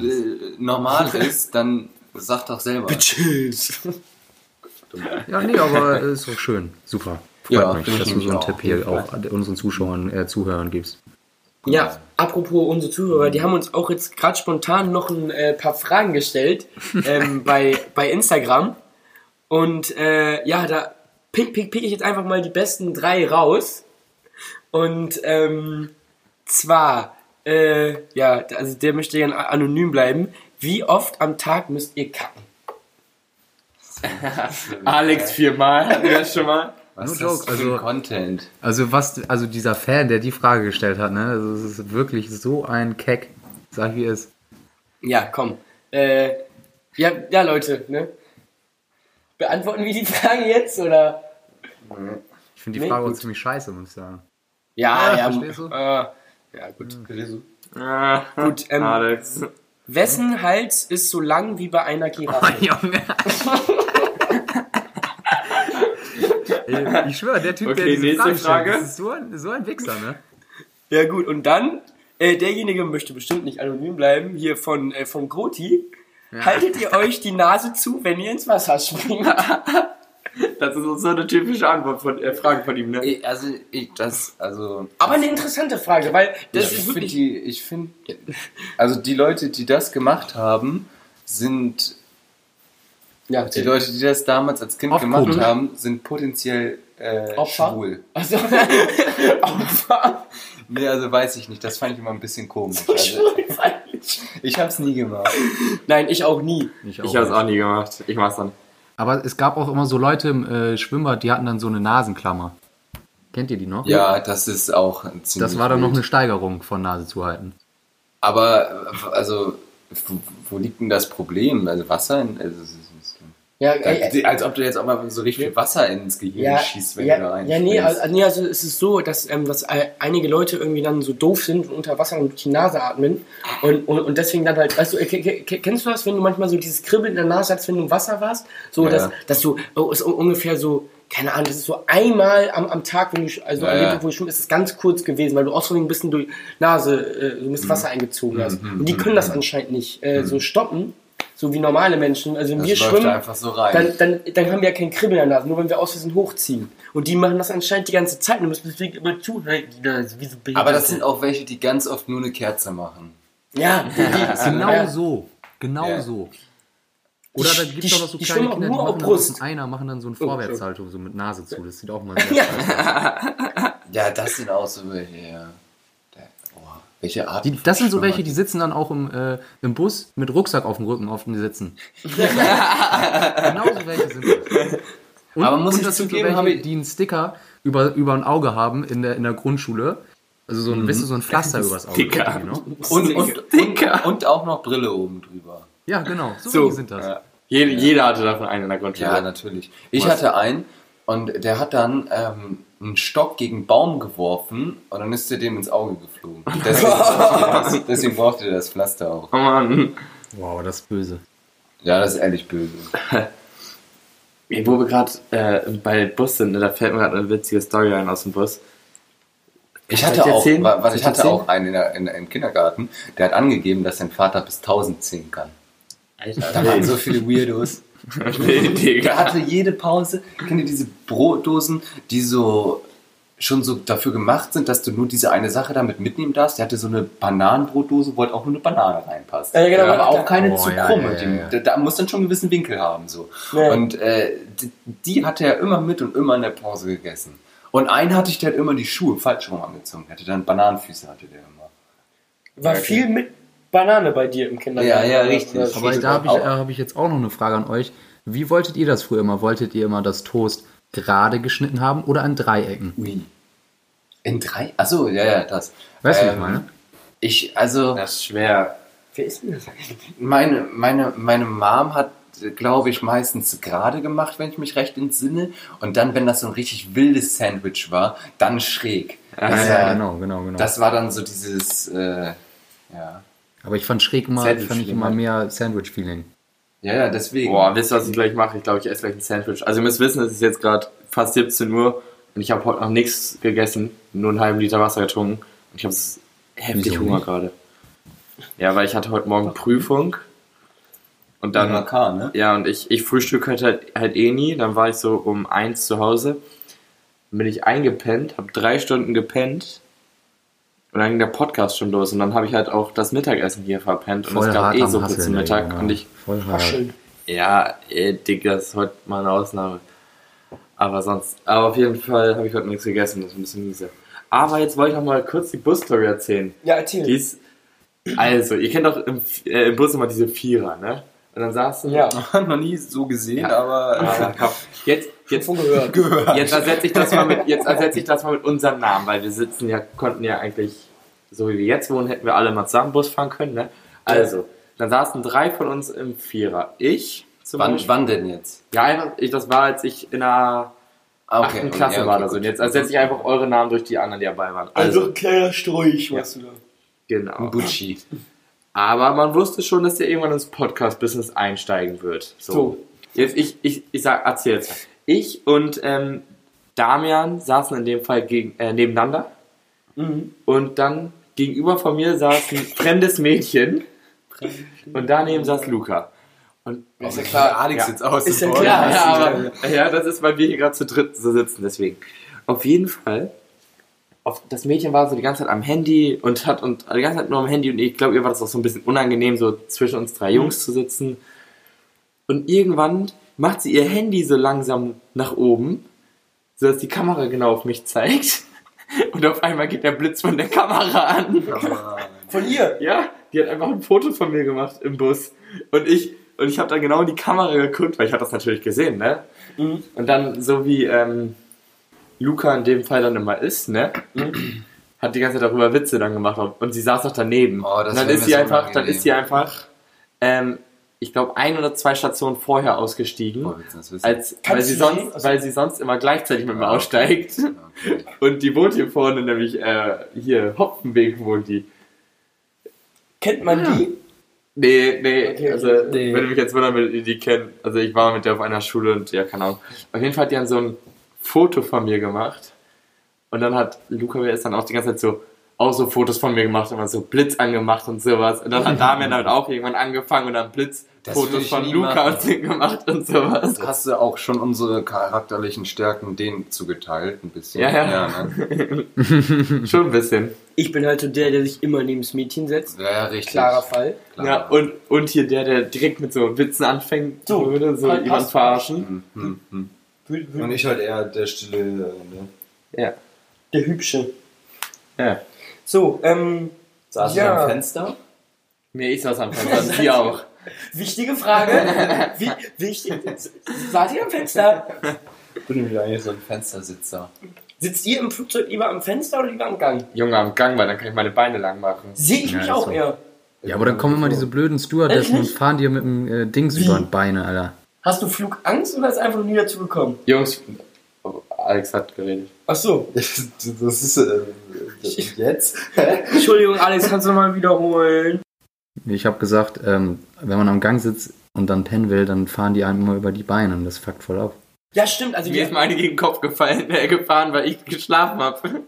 [SPEAKER 2] normal ist, dann sag doch selber.
[SPEAKER 3] Tschüss.
[SPEAKER 4] Ja, nee, aber äh, ist auch schön. Super. Freut
[SPEAKER 2] Ja,
[SPEAKER 4] mich,
[SPEAKER 2] finde
[SPEAKER 4] dass
[SPEAKER 2] ich
[SPEAKER 4] du so einen
[SPEAKER 2] auch.
[SPEAKER 4] Tipp hier auch an unseren Zuschauern, äh, Zuhörern gibst.
[SPEAKER 3] Ja, apropos unsere Zuhörer, die haben uns auch jetzt gerade spontan noch ein äh, paar Fragen gestellt ähm, bei, bei Instagram. Und äh, ja, da pick, pick, pick ich jetzt einfach mal die besten drei raus. Und ähm, zwar, äh, ja, also der möchte ja anonym bleiben. Wie oft am Tag müsst ihr kacken?
[SPEAKER 1] Alex viermal, hatten wir das schon mal?
[SPEAKER 2] Was
[SPEAKER 4] No
[SPEAKER 2] ist
[SPEAKER 4] joke,
[SPEAKER 2] das für
[SPEAKER 4] also-
[SPEAKER 2] ein Content?
[SPEAKER 4] Also was, also dieser Fan, der die Frage gestellt hat, ne, also es ist wirklich so ein Keck, sag ich wie es. ist.
[SPEAKER 3] Ja, komm. Äh, ja, ja, Leute, ne? Beantworten wir die Frage jetzt oder?
[SPEAKER 4] Ich finde die
[SPEAKER 3] Nee,
[SPEAKER 4] Frage
[SPEAKER 3] gut.
[SPEAKER 4] auch ziemlich scheiße, muss ich sagen.
[SPEAKER 3] Ja,
[SPEAKER 4] Ah,
[SPEAKER 3] ja,
[SPEAKER 4] verstehst du?
[SPEAKER 3] Äh, ja, gut.
[SPEAKER 1] Gut,
[SPEAKER 3] ähm,
[SPEAKER 1] Alex.
[SPEAKER 3] Wessen Hals ist so lang wie bei einer Giraffe?
[SPEAKER 4] Junge. Ey, ich schwöre, der Typ, der
[SPEAKER 1] Okay,
[SPEAKER 4] diese
[SPEAKER 1] nächste
[SPEAKER 4] Frage stellt,
[SPEAKER 1] Frage.
[SPEAKER 4] das ist so ein, so ein Wichser, ne?
[SPEAKER 3] ja, gut, und dann, äh, derjenige möchte bestimmt nicht anonym bleiben, hier von, äh, von Groti. Haltet ihr euch die Nase zu, wenn ihr ins Wasser springt?
[SPEAKER 1] Das ist so eine typische Antwort von, äh, Frage von ihm, ne?
[SPEAKER 2] Ich- Also, ich, das, also,
[SPEAKER 3] Aber eine interessante Frage, weil das ist
[SPEAKER 2] ich finde,
[SPEAKER 3] wirklich.
[SPEAKER 2] die, ich finde, also die Leute, die das gemacht haben, sind,
[SPEAKER 3] ja,
[SPEAKER 2] die Leute, die das damals als Kind
[SPEAKER 4] Aufgehoben.
[SPEAKER 2] gemacht haben, sind potenziell äh,
[SPEAKER 3] Opfer?
[SPEAKER 2] schwul.
[SPEAKER 3] Also, Opfer.
[SPEAKER 2] Nee, also weiß ich nicht, das fand ich immer ein bisschen komisch. Also,
[SPEAKER 3] Schwulfeindlich.
[SPEAKER 2] ich hab's nie gemacht.
[SPEAKER 3] Nein, ich auch nie.
[SPEAKER 1] Ich habe es auch nie gemacht. Ich mach's dann.
[SPEAKER 4] Aber es gab auch immer so Leute im äh, Schwimmbad, die hatten dann so eine Nasenklammer. Kennt ihr die noch?
[SPEAKER 2] Ja, das ist auch ein ziemlich
[SPEAKER 4] Das war dann noch
[SPEAKER 2] wild.
[SPEAKER 4] eine Steigerung von Nase zu halten.
[SPEAKER 2] Aber, äh, also, wo- wo liegt denn das Problem? Also Wasser in, also, es ist- es ist-
[SPEAKER 3] Ja,
[SPEAKER 2] Da-
[SPEAKER 3] ey,
[SPEAKER 2] die- also als ob du jetzt auch mal so richtig viel Wasser ins Gehirn
[SPEAKER 3] ja,
[SPEAKER 2] schießt, wenn
[SPEAKER 3] ja,
[SPEAKER 2] du da rein
[SPEAKER 3] ja nee, also, nee, also es ist so, dass, ähm, dass äh, einige Leute irgendwie dann so doof sind und unter Wasser und durch die Nase atmen und, und, und deswegen dann halt, weißt du, äh, ke- ke- ke- kennst du das, wenn du manchmal so dieses Kribbeln in der Nase hast, wenn du im Wasser warst? So,
[SPEAKER 2] Ja.
[SPEAKER 3] dass, dass du, oh, ist un- ungefähr so, keine Ahnung, das ist so einmal am, am Tag, wenn du, sch- also
[SPEAKER 2] Ja,
[SPEAKER 3] an dem
[SPEAKER 2] ja.
[SPEAKER 3] Tag, wo ich schwimme, ist es ganz kurz gewesen, weil du aus Versehen ein bisschen durch Nase, äh, so ein
[SPEAKER 2] Mhm.
[SPEAKER 3] bisschen Wasser eingezogen hast. Und die können das anscheinend nicht äh, so stoppen, so wie normale Menschen. Also wenn
[SPEAKER 2] das
[SPEAKER 3] wir
[SPEAKER 2] läuft
[SPEAKER 3] schwimmen,
[SPEAKER 2] da einfach so rein.
[SPEAKER 3] dann, dann, dann haben wir ja kein Kribbeln an der Nase, nur wenn wir aus Versehen hochziehen. Und die machen das anscheinend die ganze Zeit und müssen deswegen immer zuhalten, die Nase, wie so
[SPEAKER 2] aber das sind auch welche, die ganz oft nur eine Kerze machen.
[SPEAKER 3] Ja, die, die,
[SPEAKER 4] Genau
[SPEAKER 3] ja.
[SPEAKER 4] so. Genau
[SPEAKER 2] Ja.
[SPEAKER 4] so. Oder da gibt es
[SPEAKER 3] die-
[SPEAKER 4] auch noch so
[SPEAKER 3] die
[SPEAKER 4] kleine
[SPEAKER 3] schwimmen auch
[SPEAKER 4] Kinder, die
[SPEAKER 3] nur auf
[SPEAKER 4] machen dann so
[SPEAKER 3] Brust. Oh,
[SPEAKER 4] einen Einer, machen dann so eine
[SPEAKER 3] Entschuldigung.
[SPEAKER 4] Vorwärtshaltung, so mit Nase zu. Das sieht auch mal sehr scheiße aus.
[SPEAKER 2] Ja, das sind auch so welche, ja. Da- boah, welche Art?
[SPEAKER 4] Die,
[SPEAKER 2] von
[SPEAKER 4] das sind so
[SPEAKER 2] Schwimmer.
[SPEAKER 4] welche, die sitzen dann auch im, äh, im Bus mit Rucksack auf dem Rücken auf den Sitzen. genau so welche sind das. Und,
[SPEAKER 2] Aber muss
[SPEAKER 4] und
[SPEAKER 2] ich
[SPEAKER 4] das sind so
[SPEAKER 2] zugeben, habe
[SPEAKER 4] welche,
[SPEAKER 2] ich-
[SPEAKER 4] die einen Sticker über, über ein Auge haben in der, in der Grundschule. Also so ein,
[SPEAKER 2] Mhm.
[SPEAKER 4] weißt du, so ein Pflaster übers Auge.
[SPEAKER 1] Sticker.
[SPEAKER 4] Genau.
[SPEAKER 2] Und, und, und, und auch noch Brille oben drüber.
[SPEAKER 4] Ja, genau. So, welche sind das.
[SPEAKER 2] ja.
[SPEAKER 1] Jede, Jeder hatte davon einen in der Grundschule.
[SPEAKER 2] Ja, natürlich. Ich hatte einen und der hat dann ähm, einen Stock gegen einen Baum geworfen und dann ist er dem ins Auge geflogen. Und Deswegen, deswegen brauchte er das Pflaster auch.
[SPEAKER 1] Oh Mann.
[SPEAKER 4] Wow, das ist böse.
[SPEAKER 2] Ja, das ist ehrlich böse.
[SPEAKER 1] Ey, Wo wir gerade äh, bei Bus sind, ne, da fällt mir gerade eine witzige Story ein aus dem Bus.
[SPEAKER 2] Ich
[SPEAKER 1] Soll ich
[SPEAKER 2] hatte auch,
[SPEAKER 1] erzählen?
[SPEAKER 2] wa- was
[SPEAKER 1] Soll
[SPEAKER 2] ich
[SPEAKER 1] ich
[SPEAKER 2] hatte
[SPEAKER 1] erzählen?
[SPEAKER 2] auch einen in der, in, im Kindergarten, der hat angegeben, dass sein Vater bis 1000 zählen kann.
[SPEAKER 1] Alter,
[SPEAKER 2] Da waren so viele Weirdos. Der
[SPEAKER 1] Digga.
[SPEAKER 2] hatte jede Pause, kennt ihr diese Brotdosen, die so schon so dafür gemacht sind, dass du nur diese eine Sache damit mitnehmen darfst. Der hatte so eine Bananenbrotdose, wo halt auch nur eine Banane reinpasst.
[SPEAKER 3] Ja, genau,
[SPEAKER 2] aber
[SPEAKER 3] ja.
[SPEAKER 2] auch keine
[SPEAKER 4] Oh,
[SPEAKER 2] zu
[SPEAKER 4] ja,
[SPEAKER 2] krumme.
[SPEAKER 4] ja, ja, ja.
[SPEAKER 2] Die, da, da muss dann schon einen gewissen Winkel haben. So.
[SPEAKER 3] Ja.
[SPEAKER 2] Und äh, die, die hatte er immer mit und immer in der Pause gegessen. Und einen hatte ich, der hat immer die Schuhe falsch rum angezogen. Der hatte dann Bananenfüße, hatte der immer.
[SPEAKER 3] War viel mit Banane bei dir im
[SPEAKER 2] Ja,
[SPEAKER 3] Kindergarten.
[SPEAKER 2] ja, richtig.
[SPEAKER 3] Oder so.
[SPEAKER 4] Aber
[SPEAKER 2] Steht
[SPEAKER 4] da habe ich,
[SPEAKER 2] auch-
[SPEAKER 4] äh, hab ich jetzt auch noch eine Frage an euch. Wie wolltet ihr das früher immer? Wolltet ihr immer das Toast gerade geschnitten haben oder an Dreiecken?
[SPEAKER 2] Ui. In drei? Achso, ja, ja, das.
[SPEAKER 4] Weißt du, was ich
[SPEAKER 2] Ähm,
[SPEAKER 4] meine?
[SPEAKER 2] Ich, also.
[SPEAKER 1] Das ist schwer.
[SPEAKER 3] Wer ist denn das eigentlich?
[SPEAKER 2] Meine, meine, meine Mom hat glaube ich, meistens gerade gemacht, wenn ich mich recht entsinne. Und dann, wenn das so ein richtig wildes Sandwich war, dann schräg. Das, war-
[SPEAKER 4] genau, genau.
[SPEAKER 2] das war dann so dieses, äh, ja.
[SPEAKER 4] Aber ich fand schräg immer,
[SPEAKER 2] Sandwich
[SPEAKER 4] fand ich
[SPEAKER 2] immer.
[SPEAKER 4] immer mehr Sandwich-Feeling.
[SPEAKER 2] Ja, ja, deswegen.
[SPEAKER 1] Boah, wisst ihr, was ich gleich mache? Ich glaube, ich esse gleich ein Sandwich. Also ihr müsst wissen, es ist jetzt gerade fast 17 Uhr und ich habe heute noch nichts gegessen, nur einen halben Liter Wasser getrunken und ich habe s- heftig
[SPEAKER 4] Wieso
[SPEAKER 1] Hunger
[SPEAKER 4] nicht?
[SPEAKER 1] gerade. Ja, weil ich hatte heute Morgen Prüfung und dann...
[SPEAKER 2] Makar, ne?
[SPEAKER 1] Ja, und ich, ich frühstück halt, halt, halt eh nie. Dann war ich so um eins zu Hause. Dann bin ich eingepennt, habe drei Stunden gepennt. Und dann ging der Podcast schon los. Und dann habe ich halt auch das Mittagessen hier verpennt. Und es gab eh Suppe zum
[SPEAKER 4] ey,
[SPEAKER 1] Mittag.
[SPEAKER 4] Junge.
[SPEAKER 1] Und ich,
[SPEAKER 4] Voll hart.
[SPEAKER 1] ja, ey, Digga, das ist heute mal eine Ausnahme. Aber sonst, aber auf jeden Fall habe ich heute nichts gegessen. Das ist ein bisschen miese. Aber jetzt wollte ich noch mal kurz die Busstory erzählen.
[SPEAKER 3] Ja, erzähl.
[SPEAKER 1] Die ist, also, ihr kennt doch im, äh, im Bus immer diese Vierer, ne? Und dann saßen
[SPEAKER 3] ja,
[SPEAKER 2] Noch nie so gesehen,
[SPEAKER 1] Ja.
[SPEAKER 2] aber.
[SPEAKER 1] Aber äh, jetzt, jetzt,
[SPEAKER 3] davon gehört.
[SPEAKER 2] Gehört.
[SPEAKER 1] jetzt ersetze ich das mal mit, jetzt ersetze ich das mal mit unserem Namen, weil wir sitzen ja, konnten ja eigentlich, so wie wir jetzt wohnen, hätten wir alle mal zusammen Bus fahren können, ne? Also, dann saßen drei von uns im Vierer. Ich zum
[SPEAKER 2] Wann,
[SPEAKER 1] Beispiel.
[SPEAKER 2] wann denn jetzt?
[SPEAKER 1] Ja, einfach, ich, das war, als ich in der
[SPEAKER 2] Ah,
[SPEAKER 1] achten Klasse
[SPEAKER 2] ja, okay,
[SPEAKER 1] war das.
[SPEAKER 2] gut.
[SPEAKER 1] Und jetzt ersetze ich einfach eure Namen durch die anderen, die dabei waren. Also,
[SPEAKER 3] Also, ein kleiner Sträuch, weißt du da.
[SPEAKER 1] genau.
[SPEAKER 2] Gucci.
[SPEAKER 1] Aber man wusste schon, dass der irgendwann ins Podcast-Business einsteigen wird. So.
[SPEAKER 3] So.
[SPEAKER 1] Jetzt, ich, ich, ich sag, erzähl jetzt. Ich und ähm, Damian saßen in dem Fall gegen, äh, nebeneinander. Und dann gegenüber von mir saß ein fremdes Mädchen. und daneben saß Luca. Und
[SPEAKER 3] Ist ja
[SPEAKER 2] Klar,
[SPEAKER 3] klar.
[SPEAKER 2] Alex
[SPEAKER 1] Ja.
[SPEAKER 2] jetzt aus.
[SPEAKER 3] Ist ja klar,
[SPEAKER 1] ja,
[SPEAKER 3] ja,
[SPEAKER 1] aber, ja, das ist, weil wir hier gerade zu dritt so sitzen, deswegen. Auf jeden Fall. Auf, das Mädchen war so die ganze Zeit am Handy und hat und die ganze Zeit nur am Handy und ich glaube, ihr war das auch so ein bisschen unangenehm, so zwischen uns drei Jungs zu sitzen. Und irgendwann macht sie ihr Handy so langsam nach oben, sodass die Kamera genau auf mich zeigt. Und auf einmal geht der Blitz von der Kamera an.
[SPEAKER 3] Von ihr.
[SPEAKER 1] Ja, die hat einfach ein Foto von mir gemacht im Bus. Und ich, und ich habe dann genau in die Kamera geguckt, weil ich habe das natürlich gesehen, ne?
[SPEAKER 2] Mhm.
[SPEAKER 1] Und dann, so wie ähm, Luca in dem Fall dann immer ist, ne?
[SPEAKER 2] Mhm.
[SPEAKER 1] Hat die ganze Zeit darüber Witze dann gemacht. Und sie saß noch daneben.
[SPEAKER 2] Oh, das
[SPEAKER 1] und dann
[SPEAKER 2] wär
[SPEAKER 1] ist
[SPEAKER 2] mir
[SPEAKER 1] sie
[SPEAKER 2] so
[SPEAKER 1] einfach, dann
[SPEAKER 2] unangenehm.
[SPEAKER 1] ist sie einfach, ähm, ich glaube, ein oder zwei Stationen vorher ausgestiegen.
[SPEAKER 2] Boah, willst Oh, du das wissen?
[SPEAKER 1] Als, weil,
[SPEAKER 3] Kannst
[SPEAKER 1] sie
[SPEAKER 3] du sehen?
[SPEAKER 1] sonst,
[SPEAKER 3] Also-
[SPEAKER 1] weil sie sonst immer gleichzeitig mit mir
[SPEAKER 2] Ah, okay.
[SPEAKER 1] aussteigt.
[SPEAKER 2] Okay.
[SPEAKER 1] Und die wohnt hier vorne, nämlich äh, hier, Hopfenweg wohnt die.
[SPEAKER 3] Kennt man die?
[SPEAKER 1] Nee, nee,
[SPEAKER 3] Okay,
[SPEAKER 1] also
[SPEAKER 3] nee.
[SPEAKER 1] würde mich jetzt wundern, wenn ihr die kennt. Also ich war mit der auf einer Schule und ja, keine Ahnung. Auf jeden Fall hat die dann so ein Foto von mir gemacht. Und dann hat Luca mir ist dann auch die ganze Zeit so auch so Fotos von mir gemacht, immer so Blitz angemacht und sowas. Und dann hat Damian halt auch irgendwann angefangen und dann Blitz
[SPEAKER 2] Das würde
[SPEAKER 1] Fotos
[SPEAKER 2] ich
[SPEAKER 1] von
[SPEAKER 2] nie
[SPEAKER 1] Luca
[SPEAKER 2] machen.
[SPEAKER 1] und sie gemacht und sowas.
[SPEAKER 2] Hast du auch schon unsere charakterlichen Stärken denen zugeteilt, ein bisschen?
[SPEAKER 1] Ja, ja.
[SPEAKER 2] ne?
[SPEAKER 1] Schon ein bisschen.
[SPEAKER 3] Ich bin halt so der, der sich immer neben das Mädchen setzt.
[SPEAKER 2] ja, ja richtig.
[SPEAKER 3] Klarer Fall.
[SPEAKER 2] Klar.
[SPEAKER 1] Ja, und, und hier der, der direkt mit so Witzen anfängt,
[SPEAKER 3] So,
[SPEAKER 1] würde so
[SPEAKER 3] passt.
[SPEAKER 2] halt
[SPEAKER 1] jemand verarschen.
[SPEAKER 2] Hm, hm, hm.
[SPEAKER 3] Wür-
[SPEAKER 2] Und
[SPEAKER 3] wür-
[SPEAKER 2] ich halt eher der stille, ne?
[SPEAKER 1] Ja.
[SPEAKER 3] Der Hübsche.
[SPEAKER 1] ja.
[SPEAKER 3] So, ähm,
[SPEAKER 2] Saß
[SPEAKER 3] Ja.
[SPEAKER 2] du am Fenster?
[SPEAKER 1] Nee, ich saß am Fenster, also sie auch.
[SPEAKER 3] wichtige Frage. Wie, wichtig, wart ihr am Fenster?
[SPEAKER 2] Ich bin nämlich eigentlich so ein Fenstersitzer.
[SPEAKER 3] Sitzt ihr im Flugzeug lieber am Fenster oder lieber am Gang?
[SPEAKER 1] Junge am Gang, weil dann kann ich meine Beine lang machen.
[SPEAKER 3] Sehe ich
[SPEAKER 4] Ja,
[SPEAKER 3] mich
[SPEAKER 4] ist
[SPEAKER 3] auch
[SPEAKER 4] so.
[SPEAKER 3] eher.
[SPEAKER 4] Ja, aber dann kommen immer diese blöden Stewardessen und
[SPEAKER 3] Ehrlich?
[SPEAKER 4] fahren dir mit dem äh, Dings
[SPEAKER 3] Wie?
[SPEAKER 4] über die Beine, Alter.
[SPEAKER 3] Hast du Flugangst oder ist einfach nur nie dazu gekommen?
[SPEAKER 1] Jungs, oh, Alex hat geredet.
[SPEAKER 3] Ach so.
[SPEAKER 2] Das ist äh, jetzt.
[SPEAKER 3] Entschuldigung, Alex, kannst du nochmal wiederholen?
[SPEAKER 4] Ich habe gesagt, ähm, wenn man am Gang sitzt und dann pennen will, dann fahren die einem immer über die Beine und das fuckt voll ab.
[SPEAKER 3] Ja, stimmt. Also
[SPEAKER 1] Mir
[SPEAKER 3] wir
[SPEAKER 1] ist meine gegen den Kopf gefallen, äh, gefahren, weil ich geschlafen habe.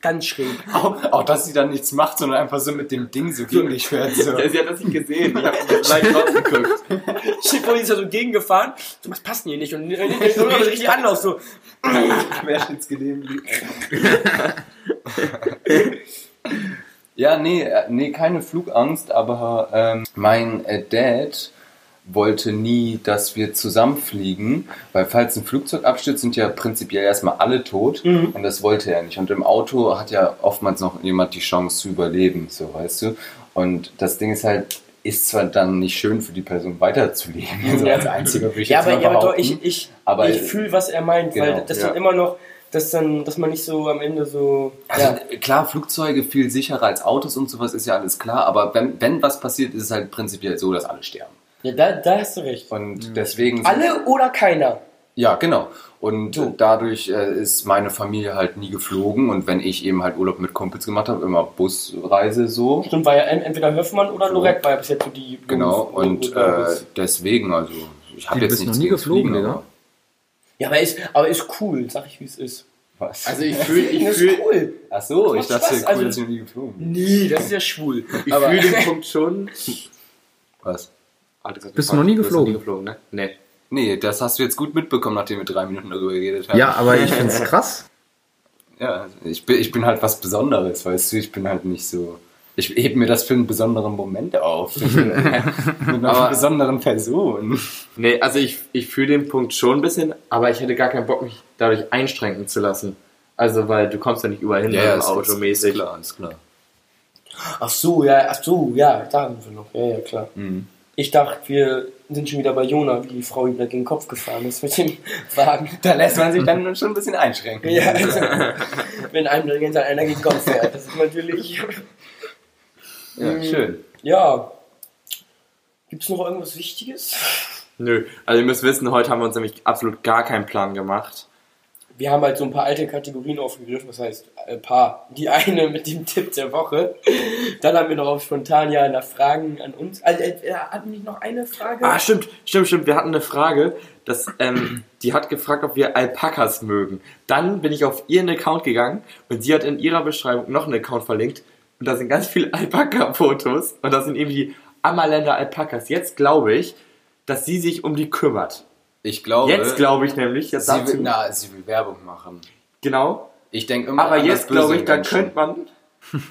[SPEAKER 3] ganz schräg.
[SPEAKER 2] auch, auch, dass sie dann nichts macht, sondern einfach so mit dem Ding so gegen dich fährt. So.
[SPEAKER 1] Ja, sie hat das nicht gesehen. Ich habe gleich rausgeguckt.
[SPEAKER 3] Schiff wurde ist ja so gegengefahren. So, was passt denn hier nicht? Und äh, ich so richtig Anlauf. So,
[SPEAKER 2] Querschnittsgelähmt. ja, nee, äh, nee, keine Flugangst, aber ähm, mein äh, Dad wollte nie, dass wir zusammenfliegen, weil falls ein Flugzeug abstürzt, sind ja prinzipiell erstmal alle tot und das wollte er nicht. Und im Auto hat ja oftmals noch jemand die Chance zu überleben, so weißt du. Und das Ding ist halt, ist zwar dann nicht schön für die Person weiterzuleben, also als einziger würde ich
[SPEAKER 3] ja,
[SPEAKER 2] jetzt
[SPEAKER 3] aber,
[SPEAKER 2] mal
[SPEAKER 3] ja, aber doch,
[SPEAKER 2] behaupten.
[SPEAKER 3] ich, ich,
[SPEAKER 2] Aber-
[SPEAKER 3] ich fühle, was er meint,
[SPEAKER 2] Genau,
[SPEAKER 3] weil das
[SPEAKER 1] ja.
[SPEAKER 3] dann immer noch, dass dann, dass man nicht so am Ende so.
[SPEAKER 2] Also
[SPEAKER 3] ja.
[SPEAKER 2] klar, Flugzeuge viel sicherer als Autos und sowas ist ja alles klar, aber wenn, wenn was passiert, ist es halt prinzipiell so, dass alle sterben.
[SPEAKER 3] Ja, da, da hast du recht.
[SPEAKER 2] Und deswegen. sind-
[SPEAKER 3] Alle oder keiner.
[SPEAKER 2] Ja, genau. Und
[SPEAKER 3] Du.
[SPEAKER 2] dadurch äh, ist meine Familie halt nie geflogen und wenn ich eben halt Urlaub mit Kumpels gemacht habe, immer Busreise so.
[SPEAKER 3] Stimmt, war ja en- entweder Höfmann oder Lorette war ja bis jetzt so die.
[SPEAKER 2] Genau.
[SPEAKER 3] Beruf-
[SPEAKER 2] Und äh, deswegen, also ich habe
[SPEAKER 4] Du
[SPEAKER 2] jetzt
[SPEAKER 4] bist
[SPEAKER 2] nichts
[SPEAKER 4] noch nie
[SPEAKER 2] gegen
[SPEAKER 4] geflogen,
[SPEAKER 2] Fliegen,
[SPEAKER 4] Digga.
[SPEAKER 2] aber-
[SPEAKER 3] ja, aber ist, aber ist cool, sag ich, wie es ist.
[SPEAKER 2] Was?
[SPEAKER 1] Also ich fühle ich
[SPEAKER 3] Das
[SPEAKER 1] fühl,
[SPEAKER 3] ist cool.
[SPEAKER 2] Ach so, ich
[SPEAKER 3] macht
[SPEAKER 2] dachte,
[SPEAKER 3] Spaß,
[SPEAKER 2] cool,
[SPEAKER 3] also-
[SPEAKER 2] dass ich noch nie geflogen bin.
[SPEAKER 3] Nee, das ist ja schwul.
[SPEAKER 1] ich
[SPEAKER 3] Aber-
[SPEAKER 1] fühl den Punkt schon.
[SPEAKER 2] Was?
[SPEAKER 1] Alter, das
[SPEAKER 4] Bist du noch nie geflogen?
[SPEAKER 1] ne? Nee.
[SPEAKER 2] Nee, das hast du jetzt gut mitbekommen, nachdem wir drei Minuten darüber geredet haben.
[SPEAKER 4] Ja, aber ich find's krass.
[SPEAKER 2] Ja, ich bin, ich bin halt was Besonderes, weißt du, ich bin halt nicht so. Ich hebe mir das für einen besonderen Moment auf. Mit einer
[SPEAKER 1] Aber-
[SPEAKER 2] besonderen Person.
[SPEAKER 1] Nee, also ich, ich fühle den Punkt schon ein bisschen, aber ich hätte gar keinen Bock, mich dadurch einschränken zu lassen. Also, weil du kommst ja nicht überall hin,
[SPEAKER 2] Ja,
[SPEAKER 1] ja, automäßig.
[SPEAKER 2] Ist klar, ist klar.
[SPEAKER 3] Ach so, ja, ach so, ja, da haben wir noch. Ja, ja, klar.
[SPEAKER 2] Mhm.
[SPEAKER 3] Ich dachte, wir sind schon wieder bei Jona, wie die Frau ihm da gegen den Kopf gefahren ist mit dem Wagen.
[SPEAKER 2] Da lässt man sich dann schon ein bisschen einschränken.
[SPEAKER 3] Ja, also, wenn einem da die ganze Zeit einer gegen den Kopf fährt, das ist natürlich.
[SPEAKER 2] Ja, schön.
[SPEAKER 3] Ja. Gibt's noch irgendwas Wichtiges?
[SPEAKER 1] Nö, also ihr müsst wissen, heute haben wir uns nämlich absolut gar keinen Plan gemacht.
[SPEAKER 3] Wir haben halt so ein paar alte Kategorien aufgegriffen, das heißt, ein paar. Die eine mit dem Tipp der Woche. Dann haben wir noch auf spontan ja nach Fragen an uns. Also, äh, äh, hatten wir nicht noch eine Frage?
[SPEAKER 1] Ah, stimmt, stimmt, stimmt. Wir hatten eine Frage, dass, ähm, die hat gefragt, ob wir Alpakas mögen. Dann bin ich auf ihren Account gegangen und sie hat in ihrer Beschreibung noch einen Account verlinkt und da sind ganz viele Alpaka-Fotos und das sind eben die Ammerländer Alpakas. Jetzt glaube ich, dass sie sich um die kümmert.
[SPEAKER 2] Ich glaube,
[SPEAKER 1] Jetzt glaube ich nämlich, jetzt
[SPEAKER 2] sie,
[SPEAKER 1] dazu,
[SPEAKER 2] will, na, sie will Werbung machen.
[SPEAKER 1] genau.
[SPEAKER 2] Ich denke immer
[SPEAKER 1] Aber
[SPEAKER 2] an das
[SPEAKER 1] jetzt glaube ich,
[SPEAKER 2] böse
[SPEAKER 1] da
[SPEAKER 2] Menschen.
[SPEAKER 1] könnte man,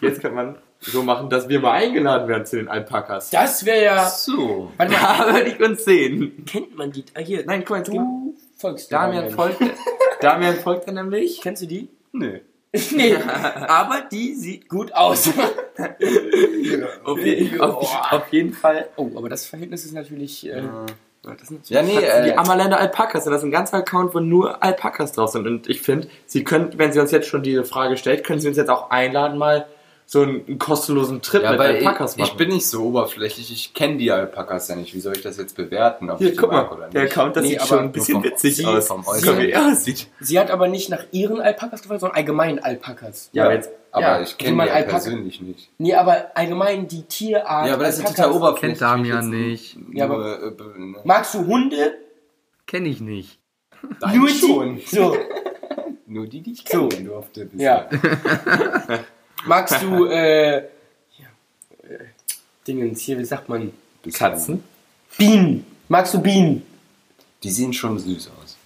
[SPEAKER 1] jetzt könnte man so machen, dass wir mal eingeladen werden zu den Alpakas.
[SPEAKER 3] Das wäre ja.
[SPEAKER 2] Ah. So.
[SPEAKER 3] Warte mal,
[SPEAKER 1] Da würde ich uns sehen.
[SPEAKER 3] kennt man die? Ah, hier,
[SPEAKER 1] Nein, guck mal, jetzt gehen-
[SPEAKER 3] du folgst
[SPEAKER 1] Damian
[SPEAKER 3] Damian.
[SPEAKER 1] folgt, Damian folgt er nämlich.
[SPEAKER 3] Kennst du die?
[SPEAKER 2] Nö.
[SPEAKER 3] Nee, aber die sieht gut aus.
[SPEAKER 1] Auf, je, auf, auf jeden Fall.
[SPEAKER 3] Oh, aber das Verhältnis ist natürlich. Äh, das ist natürlich
[SPEAKER 2] Ja, nee,
[SPEAKER 1] Die
[SPEAKER 2] äh,
[SPEAKER 1] Ammerländer Alpakas, und das ist ein ganzer Account, wo nur Alpakas drauf sind. Und ich finde, sie können, wenn sie uns jetzt schon diese Frage stellt, können sie uns jetzt auch einladen, mal so einen, einen kostenlosen Trip
[SPEAKER 2] ja,
[SPEAKER 1] mit
[SPEAKER 2] weil
[SPEAKER 1] Alpakas
[SPEAKER 2] ich,
[SPEAKER 1] machen.
[SPEAKER 2] ich bin nicht so oberflächlich. Ich kenne die Alpakas ja nicht. Wie soll ich das jetzt bewerten, ob ich
[SPEAKER 1] Hier,
[SPEAKER 2] die
[SPEAKER 1] guck
[SPEAKER 2] mag
[SPEAKER 1] mal,
[SPEAKER 2] oder
[SPEAKER 1] der
[SPEAKER 2] nicht?
[SPEAKER 1] Account, das
[SPEAKER 3] Nee,
[SPEAKER 1] sieht
[SPEAKER 3] aber
[SPEAKER 1] schon ein bisschen
[SPEAKER 2] nur vom-
[SPEAKER 1] witzig
[SPEAKER 2] sie-
[SPEAKER 1] aus.
[SPEAKER 2] vom
[SPEAKER 1] Guck
[SPEAKER 2] Äußeren.
[SPEAKER 1] mal, wie er aussieht.
[SPEAKER 3] Sie hat aber nicht nach ihren Alpakas gefragt, sondern allgemein Alpakas.
[SPEAKER 1] Ja, aber jetzt,
[SPEAKER 2] aber
[SPEAKER 1] ja.
[SPEAKER 2] ich
[SPEAKER 3] Wie
[SPEAKER 2] kenne
[SPEAKER 3] man
[SPEAKER 2] die ja
[SPEAKER 3] Alpaka-
[SPEAKER 2] persönlich nicht.
[SPEAKER 3] Nee, aber allgemein die Tierart.
[SPEAKER 2] Ja, aber das ist
[SPEAKER 3] Alpakas.
[SPEAKER 2] total oberflächlich.
[SPEAKER 4] Kennt Damian nicht.
[SPEAKER 3] Ja,
[SPEAKER 2] Ja,
[SPEAKER 3] aber-
[SPEAKER 2] aber, äh, b- ne?
[SPEAKER 3] Magst du Hunde?
[SPEAKER 4] Kenn ich nicht.
[SPEAKER 2] Nein,
[SPEAKER 3] Nur
[SPEAKER 2] schon.
[SPEAKER 3] die? So.
[SPEAKER 2] Nur die, die ich kennen durfte
[SPEAKER 3] Ja. Magst du, äh, hier, äh, Dingens, hier, wie sagt man?
[SPEAKER 2] Bisher.
[SPEAKER 1] Katzen?
[SPEAKER 3] Bienen. Magst du Bienen?
[SPEAKER 2] Die sehen schon süß aus.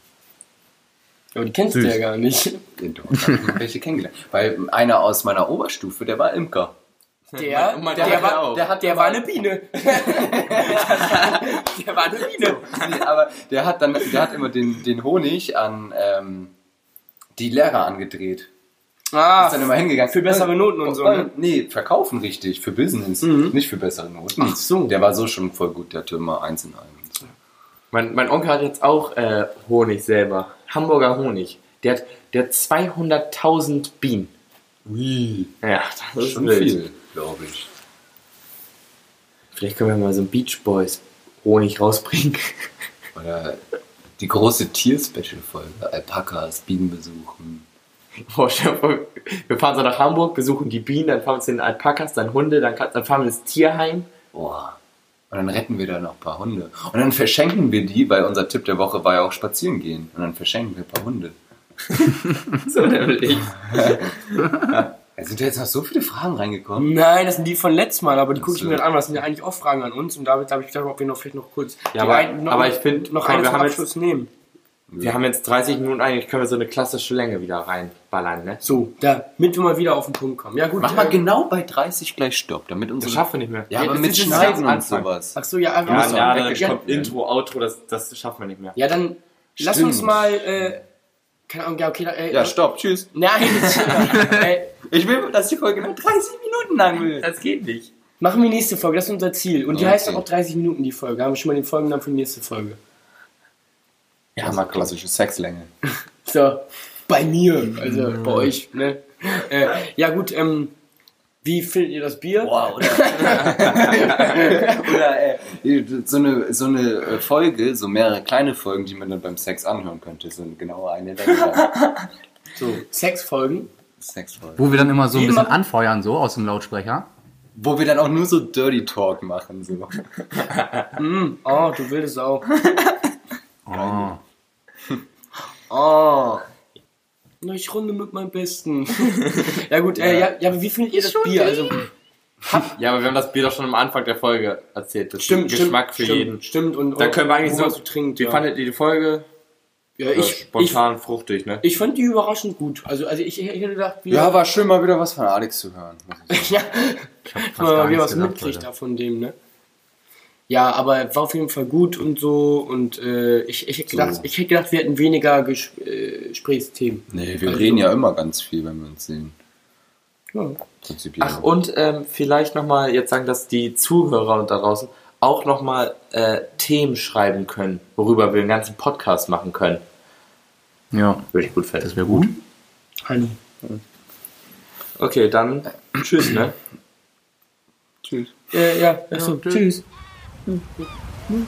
[SPEAKER 3] Ja, die kennst du
[SPEAKER 4] Süß.
[SPEAKER 3] ja gar nicht.
[SPEAKER 2] Den Dorf habe ich noch welche kennengelernt. Weil einer aus meiner Oberstufe, der war Imker.
[SPEAKER 3] Der,
[SPEAKER 1] Mein- mein
[SPEAKER 3] der,
[SPEAKER 1] Vater
[SPEAKER 3] war,
[SPEAKER 1] auch.
[SPEAKER 3] der, hat, der war eine Biene. der war eine Biene.
[SPEAKER 2] Nee, aber der hat dann, der hat immer den, den Honig an ähm, die Lehrer angedreht.
[SPEAKER 3] Ah,
[SPEAKER 2] Ist dann immer hingegangen.
[SPEAKER 3] für bessere Noten und so, ne? Mhm.
[SPEAKER 2] Nee, verkaufen richtig, für Business, nicht für bessere Noten. Ach
[SPEAKER 3] so.
[SPEAKER 2] Der war so schon voll gut, der hatte immer eins in einem. und so.
[SPEAKER 1] Mein, mein Onkel hat jetzt auch äh, Honig selber. Hamburger Honig. Der hat, der hat 200.000 Bienen.
[SPEAKER 2] Ui,
[SPEAKER 1] Ja, das ist
[SPEAKER 2] schon
[SPEAKER 1] wild.
[SPEAKER 2] viel, glaube ich.
[SPEAKER 1] Vielleicht können wir mal so einen Beach Boys Honig rausbringen.
[SPEAKER 2] Oder die große Tier-Special-Folge, Alpakas, Bienen besuchen.
[SPEAKER 1] Boah, stell dir vor, wir fahren so nach Hamburg, besuchen die Bienen, dann fahren wir zu den Alpakas, dann Hunde, dann, ka- dann fahren wir ins Tierheim.
[SPEAKER 2] Boah. Und dann retten wir da noch ein paar Hunde. Und dann verschenken wir die, weil unser Tipp der Woche war ja auch spazieren gehen. Und dann verschenken wir ein paar Hunde.
[SPEAKER 1] So nämlich.
[SPEAKER 2] Es sind ja jetzt noch so viele Fragen reingekommen.
[SPEAKER 3] Nein, das sind die von letztes Mal, aber die gucke ich
[SPEAKER 2] so.
[SPEAKER 3] mir dann an. weil Das sind ja eigentlich auch Fragen an uns und damit habe ich gedacht, ob wir noch vielleicht noch kurz. die
[SPEAKER 1] aber-
[SPEAKER 3] ein- noch,
[SPEAKER 1] aber ich find,
[SPEAKER 3] noch
[SPEAKER 1] aber
[SPEAKER 3] einen
[SPEAKER 1] wir
[SPEAKER 3] zum
[SPEAKER 1] haben jetzt-
[SPEAKER 3] Abschluss nehmen.
[SPEAKER 1] Wir haben jetzt 30 Minuten eigentlich, können wir so eine klassische Länge wieder reinballern, ne?
[SPEAKER 3] So, damit wir mal wieder auf den Punkt kommen. Ja, gut.
[SPEAKER 2] Mach
[SPEAKER 3] äh,
[SPEAKER 2] mal genau bei 30 gleich Stopp, damit
[SPEAKER 1] Das
[SPEAKER 2] unsere...
[SPEAKER 1] schaffen wir nicht mehr.
[SPEAKER 2] ja,
[SPEAKER 3] Ja,
[SPEAKER 2] aber
[SPEAKER 3] das
[SPEAKER 2] mit
[SPEAKER 3] ist jetzt
[SPEAKER 2] Schneiden und
[SPEAKER 1] Anfang.
[SPEAKER 2] sowas.
[SPEAKER 3] Ach so, ja,
[SPEAKER 1] Ja,
[SPEAKER 3] einfach mal
[SPEAKER 2] müssen
[SPEAKER 3] so
[SPEAKER 1] ja,
[SPEAKER 2] weg-
[SPEAKER 1] dann
[SPEAKER 2] ja.
[SPEAKER 1] kommt Intro, Outro, das, das schaffen wir nicht mehr.
[SPEAKER 3] Ja, dann lass
[SPEAKER 2] Stimmt.
[SPEAKER 3] uns mal. Äh, keine Ahnung, ja, okay. da- Äh,
[SPEAKER 2] Ja, stopp, tschüss.
[SPEAKER 3] Nein, äh,
[SPEAKER 2] Ich will, dass die Folge nur 30 Minuten lang wird.
[SPEAKER 1] Das geht nicht.
[SPEAKER 3] machen wir nächste Folge, das ist unser Ziel. Und die
[SPEAKER 2] Okay.
[SPEAKER 3] heißt auch 30 Minuten, die Folge. Haben wir schon mal den Folgennamen für die nächste Folge.
[SPEAKER 2] Ja, mal klassische Sexlänge.
[SPEAKER 3] So, bei mir, also bei euch, ne? Äh, ja, gut, ähm, Wie findet ihr das Bier?
[SPEAKER 2] Boah, oder, oder äh, so eine, so eine äh, Folge, so mehrere kleine Folgen, die man dann beim Sex anhören könnte. So eine genaue eine Länge.
[SPEAKER 3] So, Sexfolgen.
[SPEAKER 2] Sexfolge.
[SPEAKER 4] Wo wir dann immer so ein
[SPEAKER 3] Wie
[SPEAKER 4] bisschen
[SPEAKER 3] man-
[SPEAKER 4] anfeuern, so aus dem Lautsprecher.
[SPEAKER 2] Wo wir dann auch nur so Dirty Talk machen. So.
[SPEAKER 3] Mm, oh, du willst auch.
[SPEAKER 4] Oh.
[SPEAKER 3] Oh. Na, ich runde mit meinem Besten. ja gut, äh, ja, ja, aber wie findet ihr das Bier? Also,
[SPEAKER 1] Ja, aber wir haben das Bier doch schon am Anfang der Folge erzählt. Das ist
[SPEAKER 3] stimmt,
[SPEAKER 1] Geschmack
[SPEAKER 3] stimmt,
[SPEAKER 1] für
[SPEAKER 3] stimmt,
[SPEAKER 1] jeden.
[SPEAKER 3] Stimmt, und
[SPEAKER 1] Da können wir eigentlich
[SPEAKER 3] worüber
[SPEAKER 1] so-
[SPEAKER 3] zu trinken.
[SPEAKER 1] Wie fandet ihr die Folge?
[SPEAKER 3] ja,
[SPEAKER 1] Äh,
[SPEAKER 3] ich, ich,
[SPEAKER 1] Spontan fruchtig, ne?
[SPEAKER 3] ich fand die überraschend gut. Also, also ich, ich hätte gedacht, wir
[SPEAKER 2] Ja, war schön, mal wieder was von Alex zu hören. muss ich sagen.
[SPEAKER 3] ja,
[SPEAKER 4] Fast
[SPEAKER 3] Dass man
[SPEAKER 4] gar
[SPEAKER 3] mal wieder
[SPEAKER 4] nichts
[SPEAKER 3] was
[SPEAKER 4] gesagt
[SPEAKER 3] mitkriegt
[SPEAKER 4] heute.
[SPEAKER 3] da von dem, ne? Ja, aber war auf jeden Fall gut und so und äh, ich, ich hätte gedacht, ich hätte gedacht, wir hätten weniger Ges äh, Gesprächsthemen.
[SPEAKER 2] Nee, wir reden ja immer ganz viel, wenn wir uns sehen.
[SPEAKER 3] Ja.
[SPEAKER 2] Prinzipiell.
[SPEAKER 1] Ach, und ähm, vielleicht nochmal jetzt sagen, dass die Zuhörer und da draußen auch nochmal äh, Themen schreiben können, worüber wir den ganzen Podcast machen können.
[SPEAKER 4] Ja,
[SPEAKER 1] Würde ich gut finden.
[SPEAKER 4] das wäre gut.
[SPEAKER 3] Honey.
[SPEAKER 1] Okay, dann tschüss, ne?
[SPEAKER 2] tschüss.
[SPEAKER 3] Äh, ja, achso,
[SPEAKER 4] Ja,
[SPEAKER 3] tschüss.
[SPEAKER 4] tschüss.
[SPEAKER 3] tschüss.